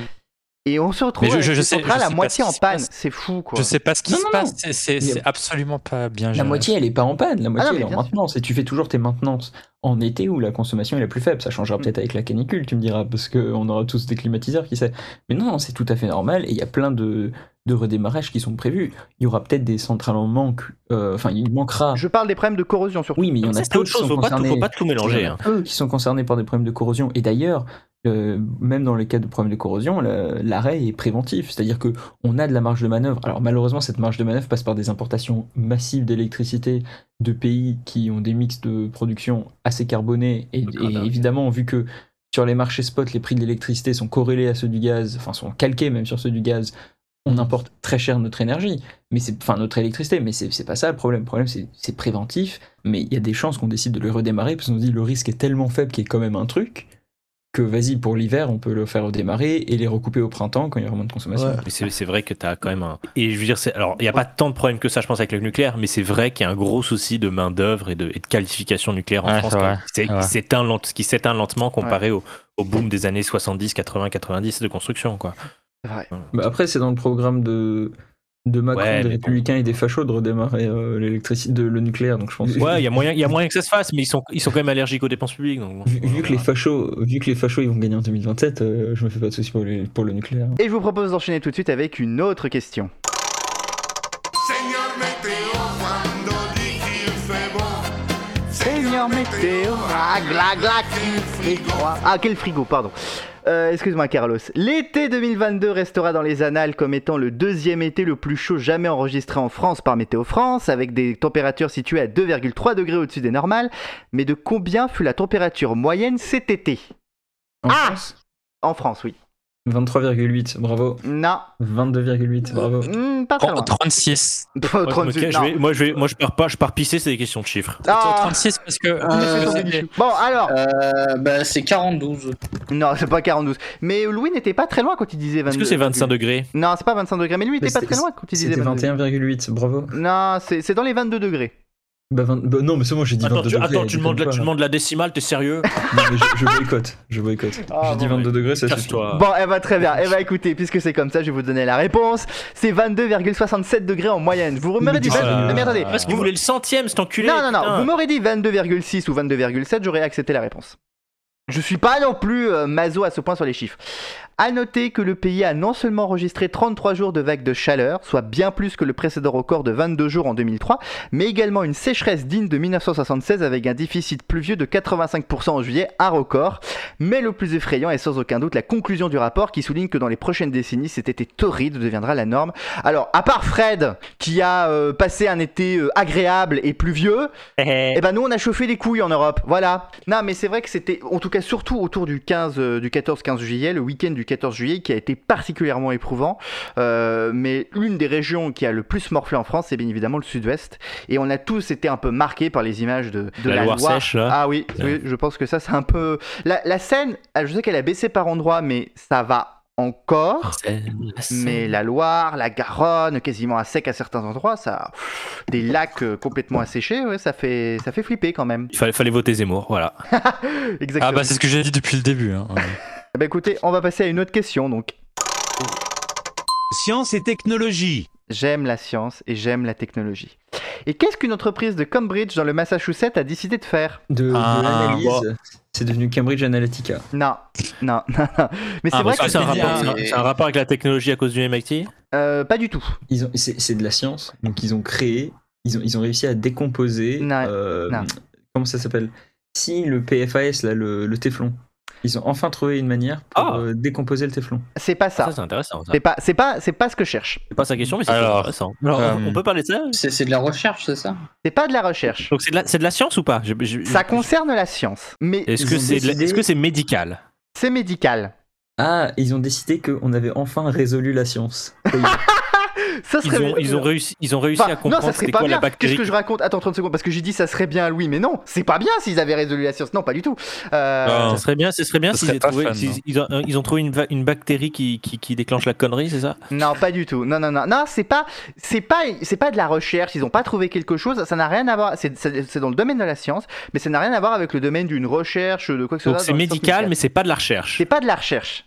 S1: Et on se retrouve
S4: Mais je-
S1: avec
S4: je-
S1: des
S4: je sais-
S1: centrales
S4: je
S1: à
S4: sais pas
S1: moitié
S4: ce
S1: en
S4: qui se
S1: panne.
S4: passe.
S1: C'est fou, quoi.
S4: Je sais pas ce qui
S5: Non,
S4: se
S5: non,
S4: passe,
S5: non.
S4: c'est- c'est
S5: Il y a-
S4: c'est absolument pas bien
S5: la
S4: géré.
S5: moitié elle est pas en panne, la moitié
S1: non, mais
S5: elle est en
S1: bien sûr.
S5: maintenance et tu fais toujours tes maintenances en été où la consommation est la plus faible. Ça changera peut-être avec la canicule, tu me diras, parce qu'on aura tous des climatiseurs qui sait. Mais non, c'est tout à fait normal et il y a plein de, de redémarrages qui sont prévus. Il y aura peut-être des centrales en manque, euh, enfin il manquera.
S1: Je parle des problèmes de corrosion surtout.
S5: Oui, mais il y en
S3: Ça,
S5: a
S3: c'est autre
S5: d'autres qui
S3: chose,
S5: sont
S3: faut pas, tout,
S5: concernés.
S3: faut pas tout mélanger.
S5: Il y en
S3: hein.
S5: a peu qui sont concernés par des problèmes de corrosion. Et d'ailleurs, euh, même dans le cas de problèmes de corrosion, le- l'arrêt est préventif. C'est-à-dire que on a de la marge de manœuvre. Alors malheureusement, cette marge de manœuvre passe par des importations massives d'électricité de pays qui ont des mix de production assez carbonés. Et,
S3: Le Canada.
S5: et évidemment, vu que sur les marchés spot, les prix de l'électricité sont corrélés à ceux du gaz, enfin sont calqués même sur ceux du gaz, on importe très cher notre énergie, mais c'est enfin notre électricité, mais c'est c'est pas ça le problème. Le problème c'est c'est préventif, mais il y a des chances qu'on décide de le redémarrer parce qu'on se dit le risque est tellement faible qu'il y ait quand même un truc que vas-y pour l'hiver on peut le faire redémarrer et les recouper au printemps quand il y aura moins de consommation.
S3: Mais c'est c'est vrai que tu as quand même un. Et je veux dire, c'est- alors, il n'y a pas tant de problèmes que ça, je pense, avec le nucléaire, mais c'est vrai qu'il y a un gros souci de main-d'œuvre et de, et de qualification nucléaire en
S4: Ouais,
S3: France
S4: c'est
S3: quand
S4: vrai.
S3: même, qui s'est-
S4: Ouais.
S3: qui s'éteint lent- qui s'éteint lentement comparé au, au boom des années 70, 80, 90 de construction. Quoi.
S1: C'est vrai.
S5: Bah après c'est dans le programme de de Macron,
S3: Ouais,
S5: des
S3: mais bon.
S5: républicains et des fachos de redémarrer euh, l'électricité, de- le nucléaire. Donc je pense. que-
S3: Ouais, il y, a moyen- il y a moyen que ça se fasse, mais ils sont, ils sont quand même allergiques aux dépenses publiques. Donc, bon,
S5: Vu, vu que les
S3: voilà.
S5: fachos, vu que les fachos ils vont gagner en 2027, euh, je me fais pas de soucis pour, les- pour le nucléaire. hein.
S1: Et je vous propose d'enchaîner tout de suite avec une autre question.
S7: Señor Meteo, cuando dije
S1: Seigneur météo, ah, gla, gla, quel frigo. Ah, quel frigo, pardon. Euh, Excuse-moi, Carlos. L'été 2022 restera dans les annales comme étant le deuxième été le plus chaud jamais enregistré en France par Météo France, avec des températures situées à 2,3 degrés au-dessus des normales. Mais de combien fut la température moyenne cet été
S5: En
S1: Ah
S5: France
S1: En France, oui.
S5: 23,8, bravo.
S1: Non.
S5: 22,8, bravo.
S1: Hmm, pas très loin.
S4: 36.
S3: Oh, Moi, je me cache, je vais- moi, je vais- moi, je pars pas, je pars pisser, c'est des questions de chiffres.
S1: Ah.
S4: 36 parce que.
S6: Euh,
S4: parce que-
S1: Bon, alors,
S6: Euh, bah, c'est 42.
S1: non, c'est pas 42. Mais Louis n'était pas très loin quand il disait 22.
S3: Est-ce que c'est 25 degrés
S1: Non, c'est pas 25 degrés, mais lui il
S5: Mais
S1: était pas
S5: c'est-
S1: très loin quand il disait
S5: C'était
S1: 22.
S5: 21,8, bravo.
S1: Non, c'est c'est dans les 22 degrés.
S5: Bah, vingt- bah, non, mais c'est bon, j'ai dit
S3: Attends,
S5: 22
S3: tu,
S5: degrés.
S3: attends, tu,
S5: déconne
S3: demandes la,
S5: pas.
S3: tu demandes la décimale, t'es sérieux
S5: Non, mais je, je boycotte, je boycotte.
S1: Ah,
S5: j'ai dit
S3: bon,
S5: 22 degrés, ça suffit.
S3: Casse-toi.
S1: Bon, eh ben très bien. Eh ben écoutez, puisque c'est comme ça, je vais vous donner la réponse. C'est 22,67 degrés en moyenne. Vous m'aurez dit.
S5: Mais dis-
S1: vingt-
S5: Ah.
S1: Mais attendez.
S3: Parce qu'il voulait le centième, cet enculé.
S1: Non, non, non.
S3: putain.
S1: Vous m'aurez dit 22,6 ou 22,7, j'aurais accepté la réponse. Je suis pas non plus euh, maso à ce point sur les chiffres. À noter que le pays a non seulement enregistré 33 jours de vague de chaleur, soit bien plus que le précédent record de 22 jours en 2003, mais également une sécheresse digne de 1976 avec un déficit pluvieux de 85% en juillet, un record. Mais le plus effrayant est sans aucun doute la conclusion du rapport qui souligne que dans les prochaines décennies, cet été torride deviendra la norme. Alors, à part Fred, qui a euh, passé un été euh, agréable et pluvieux, eh ben nous on a chauffé les couilles en Europe, voilà. Non mais c'est vrai que c'était, en tout cas surtout autour du 15, euh, du 14-15 juillet, le week-end du 14 juillet qui a été particulièrement éprouvant. Euh, mais l'une des régions qui a le plus morflé en France, c'est bien évidemment le Sud-Ouest, et on a tous été un peu marqués par les images de, de
S3: La
S1: la,
S3: Loire
S1: Loire.
S3: sèche, là.
S1: Ah oui, oui, je pense que ça c'est un peu. La, la Seine, ah, je sais qu'elle a baissé par endroits, mais ça va encore. Mais la Loire, la Garonne, quasiment à sec à certains endroits, ça, des lacs euh, complètement asséchés, ouais, ça fait, ça fait flipper quand même.
S3: Il fallait, fallait voter Zemmour, voilà.
S1: Exactement.
S4: Ah bah c'est ce que j'ai dit depuis le début. hein.
S1: Ah bah, écoutez, on va passer à une autre question donc.
S8: Science et technologie.
S1: J'aime la science et j'aime la technologie. Et qu'est-ce qu'une entreprise de Cambridge dans le Massachusetts a décidé de faire
S5: De, de
S4: Ah,
S5: l'analyse,
S4: bon.
S5: c'est devenu Cambridge Analytica.
S1: Non, non, (laughs) non, non. Mais c'est
S3: Ah,
S1: vrai
S3: parce
S1: que
S3: que c'est un,
S1: c'est-
S3: rapport- c'est un-
S6: Et-
S3: c'est un rapport avec la technologie à cause du MIT
S1: euh, pas du tout.
S5: Ils ont- c'est c'est de la science, donc ils ont créé, ils ont, ils ont réussi à décomposer.
S1: Non,
S5: euh,
S1: non.
S5: Comment ça s'appelle Si le PFAS, là, le, le téflon. Ils ont enfin trouvé une manière pour
S3: Ah.
S5: euh, décomposer le téflon.
S1: C'est pas
S3: Ça,
S1: ça.
S3: c'est intéressant. ça.
S1: C'est pas, c'est pas, c'est pas ce que je cherche.
S3: C'est pas sa question, mais c'est
S4: Alors,
S3: intéressant. Alors,
S4: euh,
S3: on- on peut parler de ça
S6: C'est c'est de la recherche, c'est ça
S1: C'est pas de la recherche.
S3: Donc c'est de, la- c'est de la science ou pas Je- je-
S1: Ça
S3: je-
S1: concerne la science, mais
S3: Est-ce
S5: Ils
S3: que
S5: ont
S3: c'est de la-
S5: décidé-
S3: est-ce que c'est médical
S1: c'est médical.
S5: Ah, ils ont décidé qu'on avait enfin résolu la
S1: (laughs)
S5: science. Ça y est.
S1: Ça serait
S3: ils ont,
S1: bien.
S3: ils ont réussi, ils ont réussi
S1: Enfin,
S3: à comprendre
S1: non, ça
S3: c'était
S1: serait pas
S3: quoi la
S1: bien. Qu'est-ce
S3: bactérie.
S1: que je raconte Attends 30 secondes parce que j'ai dit ça serait bien Louis, mais non, c'est pas bien s'ils avaient résolu la science. Non, pas du tout. Euh,
S4: Non.
S3: Ça serait bien, ce serait bien
S4: Ça
S3: s'ils
S4: serait
S3: aient
S4: pas
S3: trouvé-
S4: fun,
S3: s'ils-
S4: non.
S3: ils, ont, euh, ils ont trouvé une, va- une bactérie qui, qui, qui déclenche la connerie, c'est ça
S1: Non, pas du tout. Non, non, non, non, c'est pas, c'est pas, c'est pas de la recherche. Ils ont pas trouvé quelque chose. Ça n'a rien à voir. C'est c'est- c'est dans le domaine de la science, mais ça n'a rien à voir avec le domaine d'une recherche de quoi que ce soit.
S3: Donc c'est
S1: dans le sens
S3: médical,
S1: médical.
S3: mais c'est pas de la recherche.
S1: c'est pas de la recherche.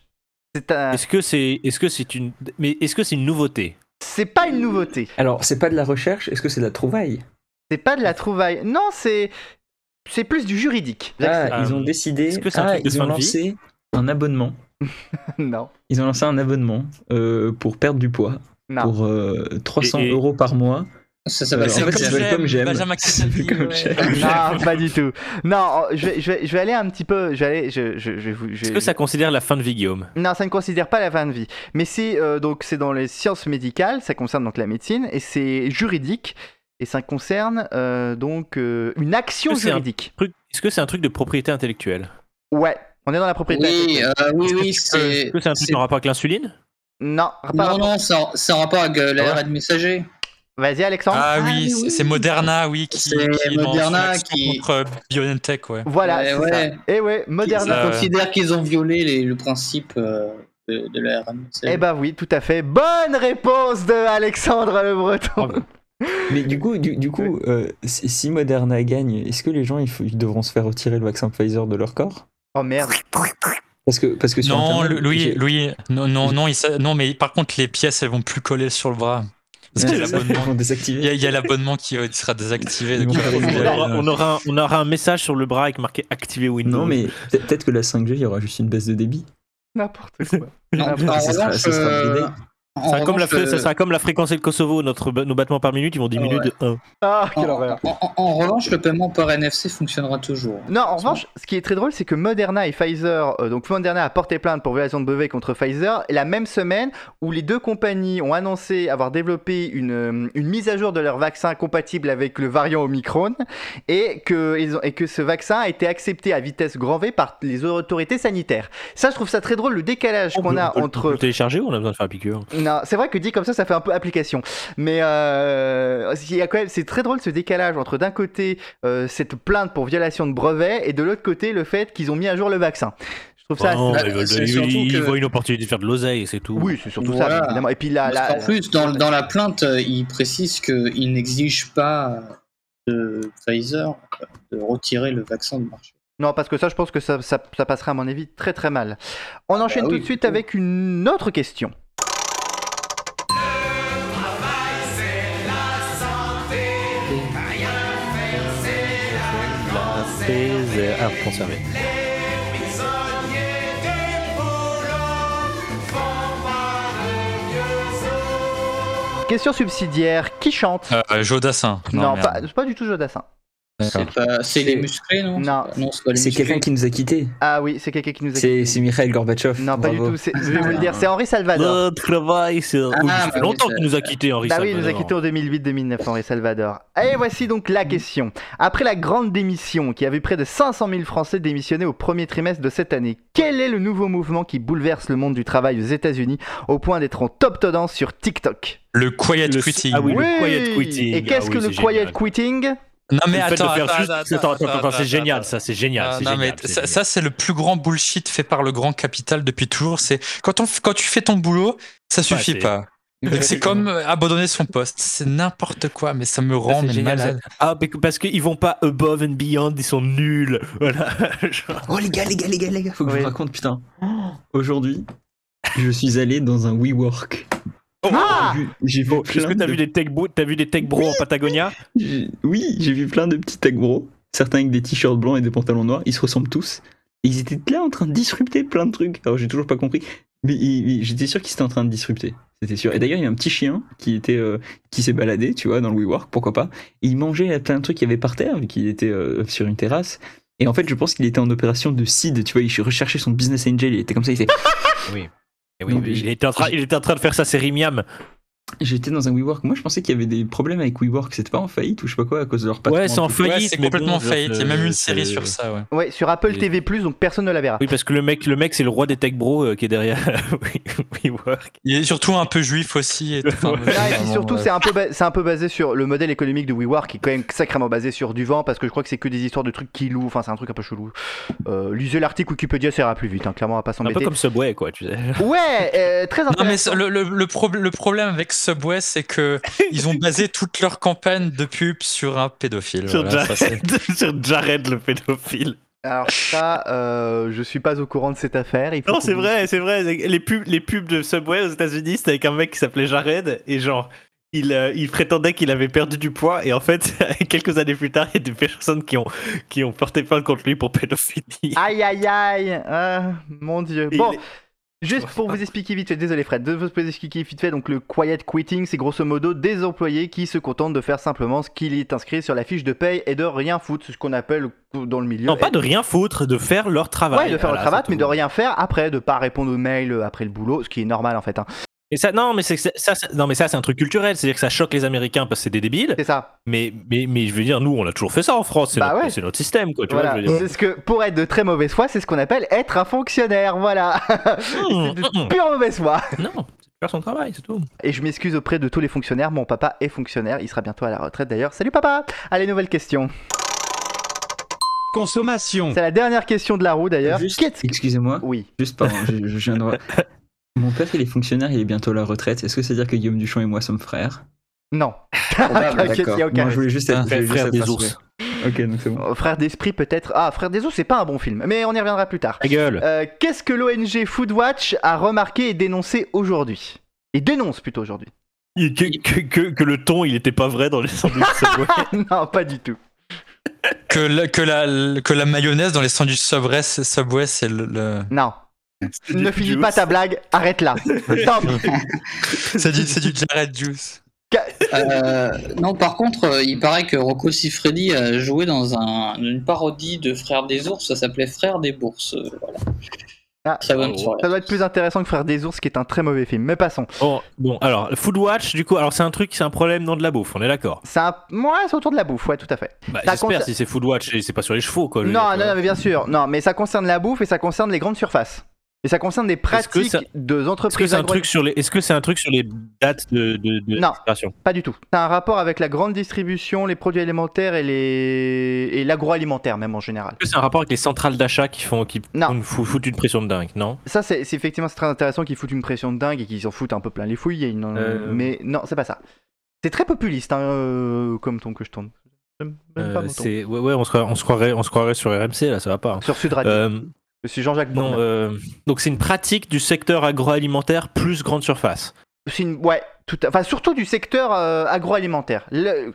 S1: C'est un-
S3: Est-ce que c'est est-ce que c'est une mais est-ce que c'est une nouveauté
S1: c'est pas une nouveauté.
S5: Alors, c'est pas de la recherche, est-ce que c'est de la trouvaille
S1: C'est pas de la trouvaille. Non, c'est, c'est plus du juridique. J'accepte.
S5: Ah, ils ont
S3: Euh,
S5: décidé.
S3: est-ce que c'est un
S5: Ah,
S3: truc de
S5: ils
S3: fin
S5: ont
S3: de vie
S5: lancé un abonnement.
S1: (laughs) Non,
S5: Ils ont lancé un abonnement euh, pour perdre du poids
S1: non.
S5: pour euh, 300
S3: Ah. Et- et-
S5: euros par mois.
S6: Ça s'appelle
S4: Bah,
S5: Alors,
S4: c'est
S5: en fait,
S4: comme
S5: ça s'appelle comme j'aime.
S4: Benjamin
S5: Ça
S4: Castaldi,
S5: s'appelle comme
S4: ouais.
S1: Ah, (laughs)
S5: j'aime.
S1: Non, pas du tout. Non, oh, je vais, je vais, je vais aller un petit peu. Je vais aller. Je, je, je vais vous. je-
S3: Est-ce que ça considère la fin de vie, Guillaume
S1: Non, ça ne considère pas la fin de vie. Mais c'est euh, donc c'est dans les sciences médicales, ça concerne donc la médecine et c'est juridique et ça concerne euh, donc euh, une action
S3: Est-ce que c'est un-
S1: juridique.
S3: Truc- Est-ce que c'est un truc de propriété intellectuelle
S1: Ouais, on est dans la propriété.
S6: Oui,
S1: intellectuelle.
S6: euh, oui,
S3: Est-ce que tu peux-
S6: oui,
S3: Est-ce
S6: c'est.
S3: que c'est un truc
S6: c'est-
S3: en rapport avec l'insuline
S1: Non, pas-
S6: Non, non, c'est en c'est en rapport avec euh, la
S3: Ah ouais.
S6: RN messager.
S1: Vas-y Alexandre.
S4: Ah oui, c'est- c'est Moderna, oui, qui,
S6: C'est
S4: qui lance
S6: Moderna
S4: l'action
S6: qui-
S4: contre euh, BioNTech, ouais.
S1: Voilà,
S6: Ouais,
S1: c'est
S6: ouais.
S1: ça. Et ouais,
S6: Ils
S1: Moderna.
S4: Ça-
S6: considèrent qu'ils ont violé les- le principe euh, de, de la RN messager.
S1: Eh ben oui, tout à fait. Bonne réponse de Alexandre Le
S3: Oh.
S1: Breton.
S5: Mais du coup, du, du coup euh, si si Moderna gagne, est-ce que les gens ils, f- ils devront se faire retirer le vaccin Pfizer de leur corps
S1: Oh merde.
S5: Parce que parce que sur
S4: Non,
S5: Internet,
S4: Louis,
S5: j'ai-
S4: Louis, non, non, non, il s'a- non, mais par contre, les pièces, elles vont plus coller sur le bras. Parce
S5: (laughs) Ouais,
S4: qu'il y a
S5: c'est ça, ils
S4: l'abonnement-
S5: vont
S4: il y a-
S5: désactiver.
S4: il y a l'abonnement qui euh, sera désactivé.
S5: Ils
S4: donc
S5: vont
S4: il va
S5: faire
S4: falloir-
S5: une
S3: on,
S1: euh.
S5: blague.
S3: aura, on aura un, on aura un message sur le bras avec marqué activer Windows. (laughs)
S5: Non, mais peut- peut-être que la 5G, il y aura juste une baisse de débit.
S3: (laughs)
S1: N'importe quoi.
S6: Non,
S1: (laughs) Ah,
S6: en
S5: ça sera-
S6: revanche,
S5: ça sera
S6: euh,
S5: bridé.
S6: En
S3: Ça sera, comme la,
S6: revanche,
S3: fra-
S6: euh,
S3: ça sera comme la fréquence et le Kosovo, notre, ba- nos battements par minute, ils vont diminuer
S6: ouais.
S3: de 1.
S1: Ah,
S6: en,
S1: quelle horreur.
S6: en- en- en revanche, le paiement par NFC fonctionnera toujours.
S1: Non, en revanche, ce qui est très drôle, c'est que Moderna et Pfizer, euh, donc Moderna a porté plainte pour violation de brevet contre Pfizer, la même semaine où les deux compagnies ont annoncé avoir développé une, euh, une mise à jour de leur vaccin compatible avec le variant Omicron, et que, ils ont- et que ce vaccin a été accepté à vitesse grand V par les autorités sanitaires. Ça, je trouve ça très drôle, le décalage qu'on a entre
S3: Le télécharger ou on a besoin de faire la piqûre
S1: non, c'est vrai que dit comme ça, ça fait un peu application. Mais euh, il y a quand même, c'est très drôle ce décalage entre d'un côté euh, cette plainte pour violation de brevet et de l'autre côté le fait qu'ils ont mis à jour le vaccin. Je trouve ça.
S3: Non,
S1: assez-
S3: Oh,
S6: c'est-
S3: ils veulent de-
S6: c'est
S3: ils-
S6: surtout
S3: ils
S6: que-
S3: voient une opportunité de faire de l'oseille, c'est tout.
S1: Oui, c'est surtout ça.
S6: Voilà.
S1: Évidemment. Et puis Ah, là,
S6: Parce
S1: là,
S6: qu'en plus, dans, dans la plainte, euh, il précise qu'il n'exige pas euh, de Pfizer euh, de retirer le vaccin du marché.
S1: non, parce que ça, je pense que ça, ça, ça passera à mon avis très très mal. On enchaîne
S6: oui,
S1: tout de suite
S6: du coup.
S1: avec une autre question.
S3: C'est à conserver.
S1: Question subsidiaire. Qui chante
S4: Euh, Jodassin.
S1: Non,
S4: merde.
S1: pas, c'est pas du tout Jodassin.
S4: D'accord.
S6: C'est pas- C'est les musclés, non
S1: Non.
S6: c'est pas les
S5: C'est
S6: musclés.
S5: quelqu'un qui nous a quittés.
S1: Ah oui, c'est quelqu'un qui nous a.
S5: C'est c'est Mikhail Gorbatchev.
S1: Non, pas
S5: Bravo.
S1: du tout.
S6: (laughs)
S1: c'est- Je vais vous le dire. C'est Henri Salvador.
S3: Le travail, c'est.
S6: Ah,
S3: Oh, ça fait
S6: mais
S3: longtemps
S6: c'est-
S3: qu'il nous a quittés, Henri.
S1: Ah, Bah oui, il nous a
S3: Salvador.
S1: quittés en 2008-2009, Henri Salvador. Et voici donc la question. Après la grande démission qui a vu près de 500 000 Français démissionner au premier trimestre de cette année, quel est le nouveau mouvement qui bouleverse le monde du travail aux États-Unis au point d'être en top tendance sur TikTok
S4: Le Quiet
S3: Le-
S4: Quitting.
S3: Ah oui, le quiet quitting.
S1: Et qu'est-ce
S3: Ah
S1: que
S3: oui,
S1: le
S3: c'est
S1: quiet
S3: génial.
S1: quitting
S4: Non mais
S3: Le fait de
S4: attends,
S3: faire
S4: attends,
S3: juste-
S4: attends,
S3: attends, attends, c'est génial,
S4: attends.
S3: ça, c'est génial.
S4: Ah,
S3: c'est
S4: non, mais
S3: génial, c'est
S4: ça,
S3: génial.
S4: ça, c'est le plus grand bullshit fait par le grand capital depuis toujours. C'est quand on f- quand tu fais ton boulot, ça suffit
S3: c'est-
S4: pas. Donc, C'est comme euh, abandonner son poste. C'est n'importe quoi, mais ça me rend
S3: c'est
S4: mais
S3: génial,
S4: malade.
S3: Ah, parce que- parce qu'ils vont pas above and beyond, ils sont nuls. (laughs) Voilà. Genre,
S5: Oh les gars, les gars, les gars, les gars, faut que je
S1: Oui.
S5: vous raconte, putain. Oh, Aujourd'hui, je suis allé dans un WeWork.
S1: Ah
S5: J'ai vu- J'ai vu,
S3: bon, Est-ce
S5: plein
S3: que t'as
S5: de-
S3: vu des tech bro, t'as vu des tech bros en Patagonia
S5: j'ai- Oui, j'ai vu plein de petits agros, certains avec des t-shirts blancs et des pantalons noirs, ils se ressemblent tous. Et ils étaient là en train de disrupter plein de trucs. Alors j'ai toujours pas compris, mais il- il- j'étais sûr qu'ils étaient en train de disrupter. C'était sûr. Et d'ailleurs, il y a un petit chien qui était euh, qui s'est baladé, tu vois, dans le WeWork, pourquoi pas. Et il mangeait plein de trucs qu'il y avait par terre, vu qu'il était euh, sur une terrasse. Et en fait, je pense qu'il était en opération de seed, tu vois, il recherchait son business angel, il était comme ça, il était
S3: Eh (laughs) oui,
S5: Non,
S3: mais
S5: mais-
S3: il, était en train, il était en train de faire sa série Miam.
S5: J'étais dans un WeWork. Moi, je pensais qu'il y avait des problèmes avec WeWork. C'était pas en faillite ou je sais pas quoi à cause de leur patron.
S3: Ouais, c'est en
S4: Ouais,
S3: faillite.
S4: c'est
S3: mais
S4: complètement
S3: bon, genre,
S4: faillite. Il y a même une
S3: c'est-
S4: série sur ça.
S3: (laughs)
S4: Ouais.
S1: Ouais, sur Apple
S3: Et-
S1: TV+, donc personne ne la verra.
S3: Oui, parce que le mec, le mec c'est le roi des tech bros euh, qui est derrière (laughs) Oui, WeWork.
S4: Il est surtout un peu juif aussi. Et tout. Enfin,
S3: Ouais.
S4: euh,
S1: Là, et puis
S4: vraiment,
S1: surtout,
S4: ouais.
S1: c'est un, peu ba- c'est un peu basé sur le modèle économique de WeWork, qui est quand même sacrément basé sur du vent, parce que je crois que c'est que des histoires de trucs qui louent, enfin c'est un truc un peu chelou. Euh, lisez l'article Wikipédia, ça ira plus vite, hein, clairement, on va pas
S3: Un peu
S1: s'embêter.
S3: comme Subway, quoi, tu sais. (laughs)
S1: Ouais, euh, très
S4: Non mais
S1: intéressant.
S4: ça- le, le, le, prob- le problème avec Subway, c'est que ils ont basé toute leur campagne de pub sur un pédophile.
S3: Sur
S4: Voilà, ça, c'est-
S3: Jared, sur Jared, le pédophile.
S1: Alors ça, euh, je suis pas au courant de cette affaire. il faut
S3: Non,
S1: qu'on-
S3: c'est vrai, c'est vrai. Les pubs, les pubs de Subway aux États-Unis, c'était avec un mec qui s'appelait Jared et genre. Il, euh, il prétendait qu'il avait perdu du poids et en fait, (laughs) quelques années plus tard, il y a des personnes qui ont, qui ont porté plainte contre lui pour pédophilie.
S1: Aïe aïe aïe, ah, mon dieu.
S3: Et
S1: Bon,
S3: il est-
S1: Juste pour vous expliquer vite fait, désolé Fred, de vous expliquer vite fait, donc le quiet quitting, c'est grosso modo des employés qui se contentent de faire simplement ce qu'il est inscrit sur la fiche de paye et de rien foutre, c'est ce qu'on appelle dans le milieu.
S3: non, pas de rien foutre, de faire leur travail.
S1: ouais, de faire
S3: Voilà,
S1: le cravate,
S3: c'est
S1: mais de
S3: tout.
S1: rien faire après, de pas répondre aux mails euh, après le boulot, ce qui est normal en fait. hein.
S3: Et ça, non, mais c'est que ça, ça, c'est- non, mais ça, c'est un truc culturel. C'est-à-dire que ça choque les Américains parce que c'est des débiles.
S1: C'est ça.
S3: Mais, mais, mais je veux dire, nous, on a toujours fait ça en France. C'est
S1: Bah
S3: notre,
S1: ouais.
S3: c'est notre système, quoi. Tu
S1: Voilà.
S3: vois, je veux dire.
S1: C'est ce que, pour être de très mauvaise foi, c'est ce qu'on appelle être un fonctionnaire.
S3: (laughs)
S1: Voilà. c'est
S3: Mm, mm,
S1: de
S3: mm.
S1: pure mauvaise foi.
S3: Non, c'est faire son travail, c'est tout.
S1: Et je m'excuse auprès de tous les fonctionnaires. Mon papa est fonctionnaire. Il sera bientôt à la retraite d'ailleurs. Salut papa. Allez, nouvelle
S3: (laughs)
S1: question.
S8: Consommation.
S1: C'est la dernière question de la roue d'ailleurs.
S5: Juste-
S1: Qu'est-ce que-
S5: Excusez-moi,
S1: Oui.
S5: juste pardon, je, je viens
S8: (laughs)
S5: de voir. Mon père, il est fonctionnaire, il est bientôt à la retraite. Est-ce que ça veut dire que Guillaume Duchamp et moi sommes frères
S1: Non. (laughs)
S3: Ah bah,
S1: T'inquiète, il y a aucun
S5: Moi, je voulais juste être
S4: risque.
S5: je voulais juste
S3: Frère
S5: être
S3: des
S5: rassuré.
S3: ours.
S5: Ok, donc c'est bon.
S1: Oh, Frère d'esprit peut-être. Ah, Frère des eaux, c'est pas un bon film, mais on y reviendra plus tard.
S3: Ta gueule.
S1: Euh, Qu'est-ce que l'ONG Foodwatch a remarqué et dénoncé aujourd'hui Et dénonce plutôt aujourd'hui.
S3: Et Que, que, que, que le ton, il était pas vrai (laughs) dans les sandwichs Subway.
S1: (laughs) non, pas du tout.
S4: que, la, que, la, que la mayonnaise dans les sandwichs Subway, c'est Subway, c'est le, le-
S1: Non. Ne finis pas ta blague, arrête
S3: (laughs)
S1: là. Stop.
S4: C'est du, c'est du Jared Juice.
S6: Euh, non, par contre, euh, il paraît que Rocco Siffredi a joué dans un- une parodie de Frères des ours, ça s'appelait Frères des bourses. euh, voilà.
S1: Ah,
S6: Très bonne soirée.
S1: Ça doit être plus intéressant que Frères des ours, qui est un très mauvais film. Mais passons.
S3: Bon, bon, alors, Foodwatch, du coup, alors c'est un truc, c'est un problème, non de la bouffe, on est d'accord.
S1: C'est un... ouais, c'est autour de la bouffe, ouais, tout à fait.
S3: Bah,
S1: Ça
S3: J'espère
S1: compte-
S3: si c'est Foodwatch et c'est pas sur les chevaux, quoi. je veux
S1: Non,
S3: dire,
S1: non, non, mais bien sûr. Non, mais ça concerne la bouffe et ça concerne les grandes surfaces. Et ça concerne des
S3: Est-ce que
S1: pratiques
S3: ça-
S1: de
S3: Est-ce que
S1: entreprises
S3: c'est un
S1: agro-
S3: truc sur les, est-ce que c'est un truc sur les dates de, de, de
S1: Non.
S3: d'expiration
S1: Pas du tout. Ça a un rapport avec la grande distribution, les produits alimentaires et les et l'agroalimentaire même en général.
S3: Est-ce que c'est un rapport avec les centrales d'achat qui font, qui
S1: Non.
S3: font- fou- foutent une pression de dingue, non
S1: Ça, c'est c'est effectivement c'est très intéressant qu'ils foutent une pression de dingue et qu'ils en foutent un peu plein les fouilles. et ils n'en-
S3: Euh.
S1: Mais non, c'est pas ça. C'est très populiste hein, euh, comme ton que je tourne. J'aime même pas
S3: Euh,
S1: mon ton.
S3: c'est, ouais, ouais, on se croirait, on se croirait, on se croirait sur RMC là, ça va pas. hein.
S1: Sur Sud Radio.
S3: Euh,
S1: je suis Jean-Jacques
S3: non,
S1: Bourdin.
S3: euh, donc c'est une pratique du secteur agroalimentaire plus grande surface.
S1: C'est une- Ouais, tout à- enfin, surtout du secteur euh, agroalimentaire. Le-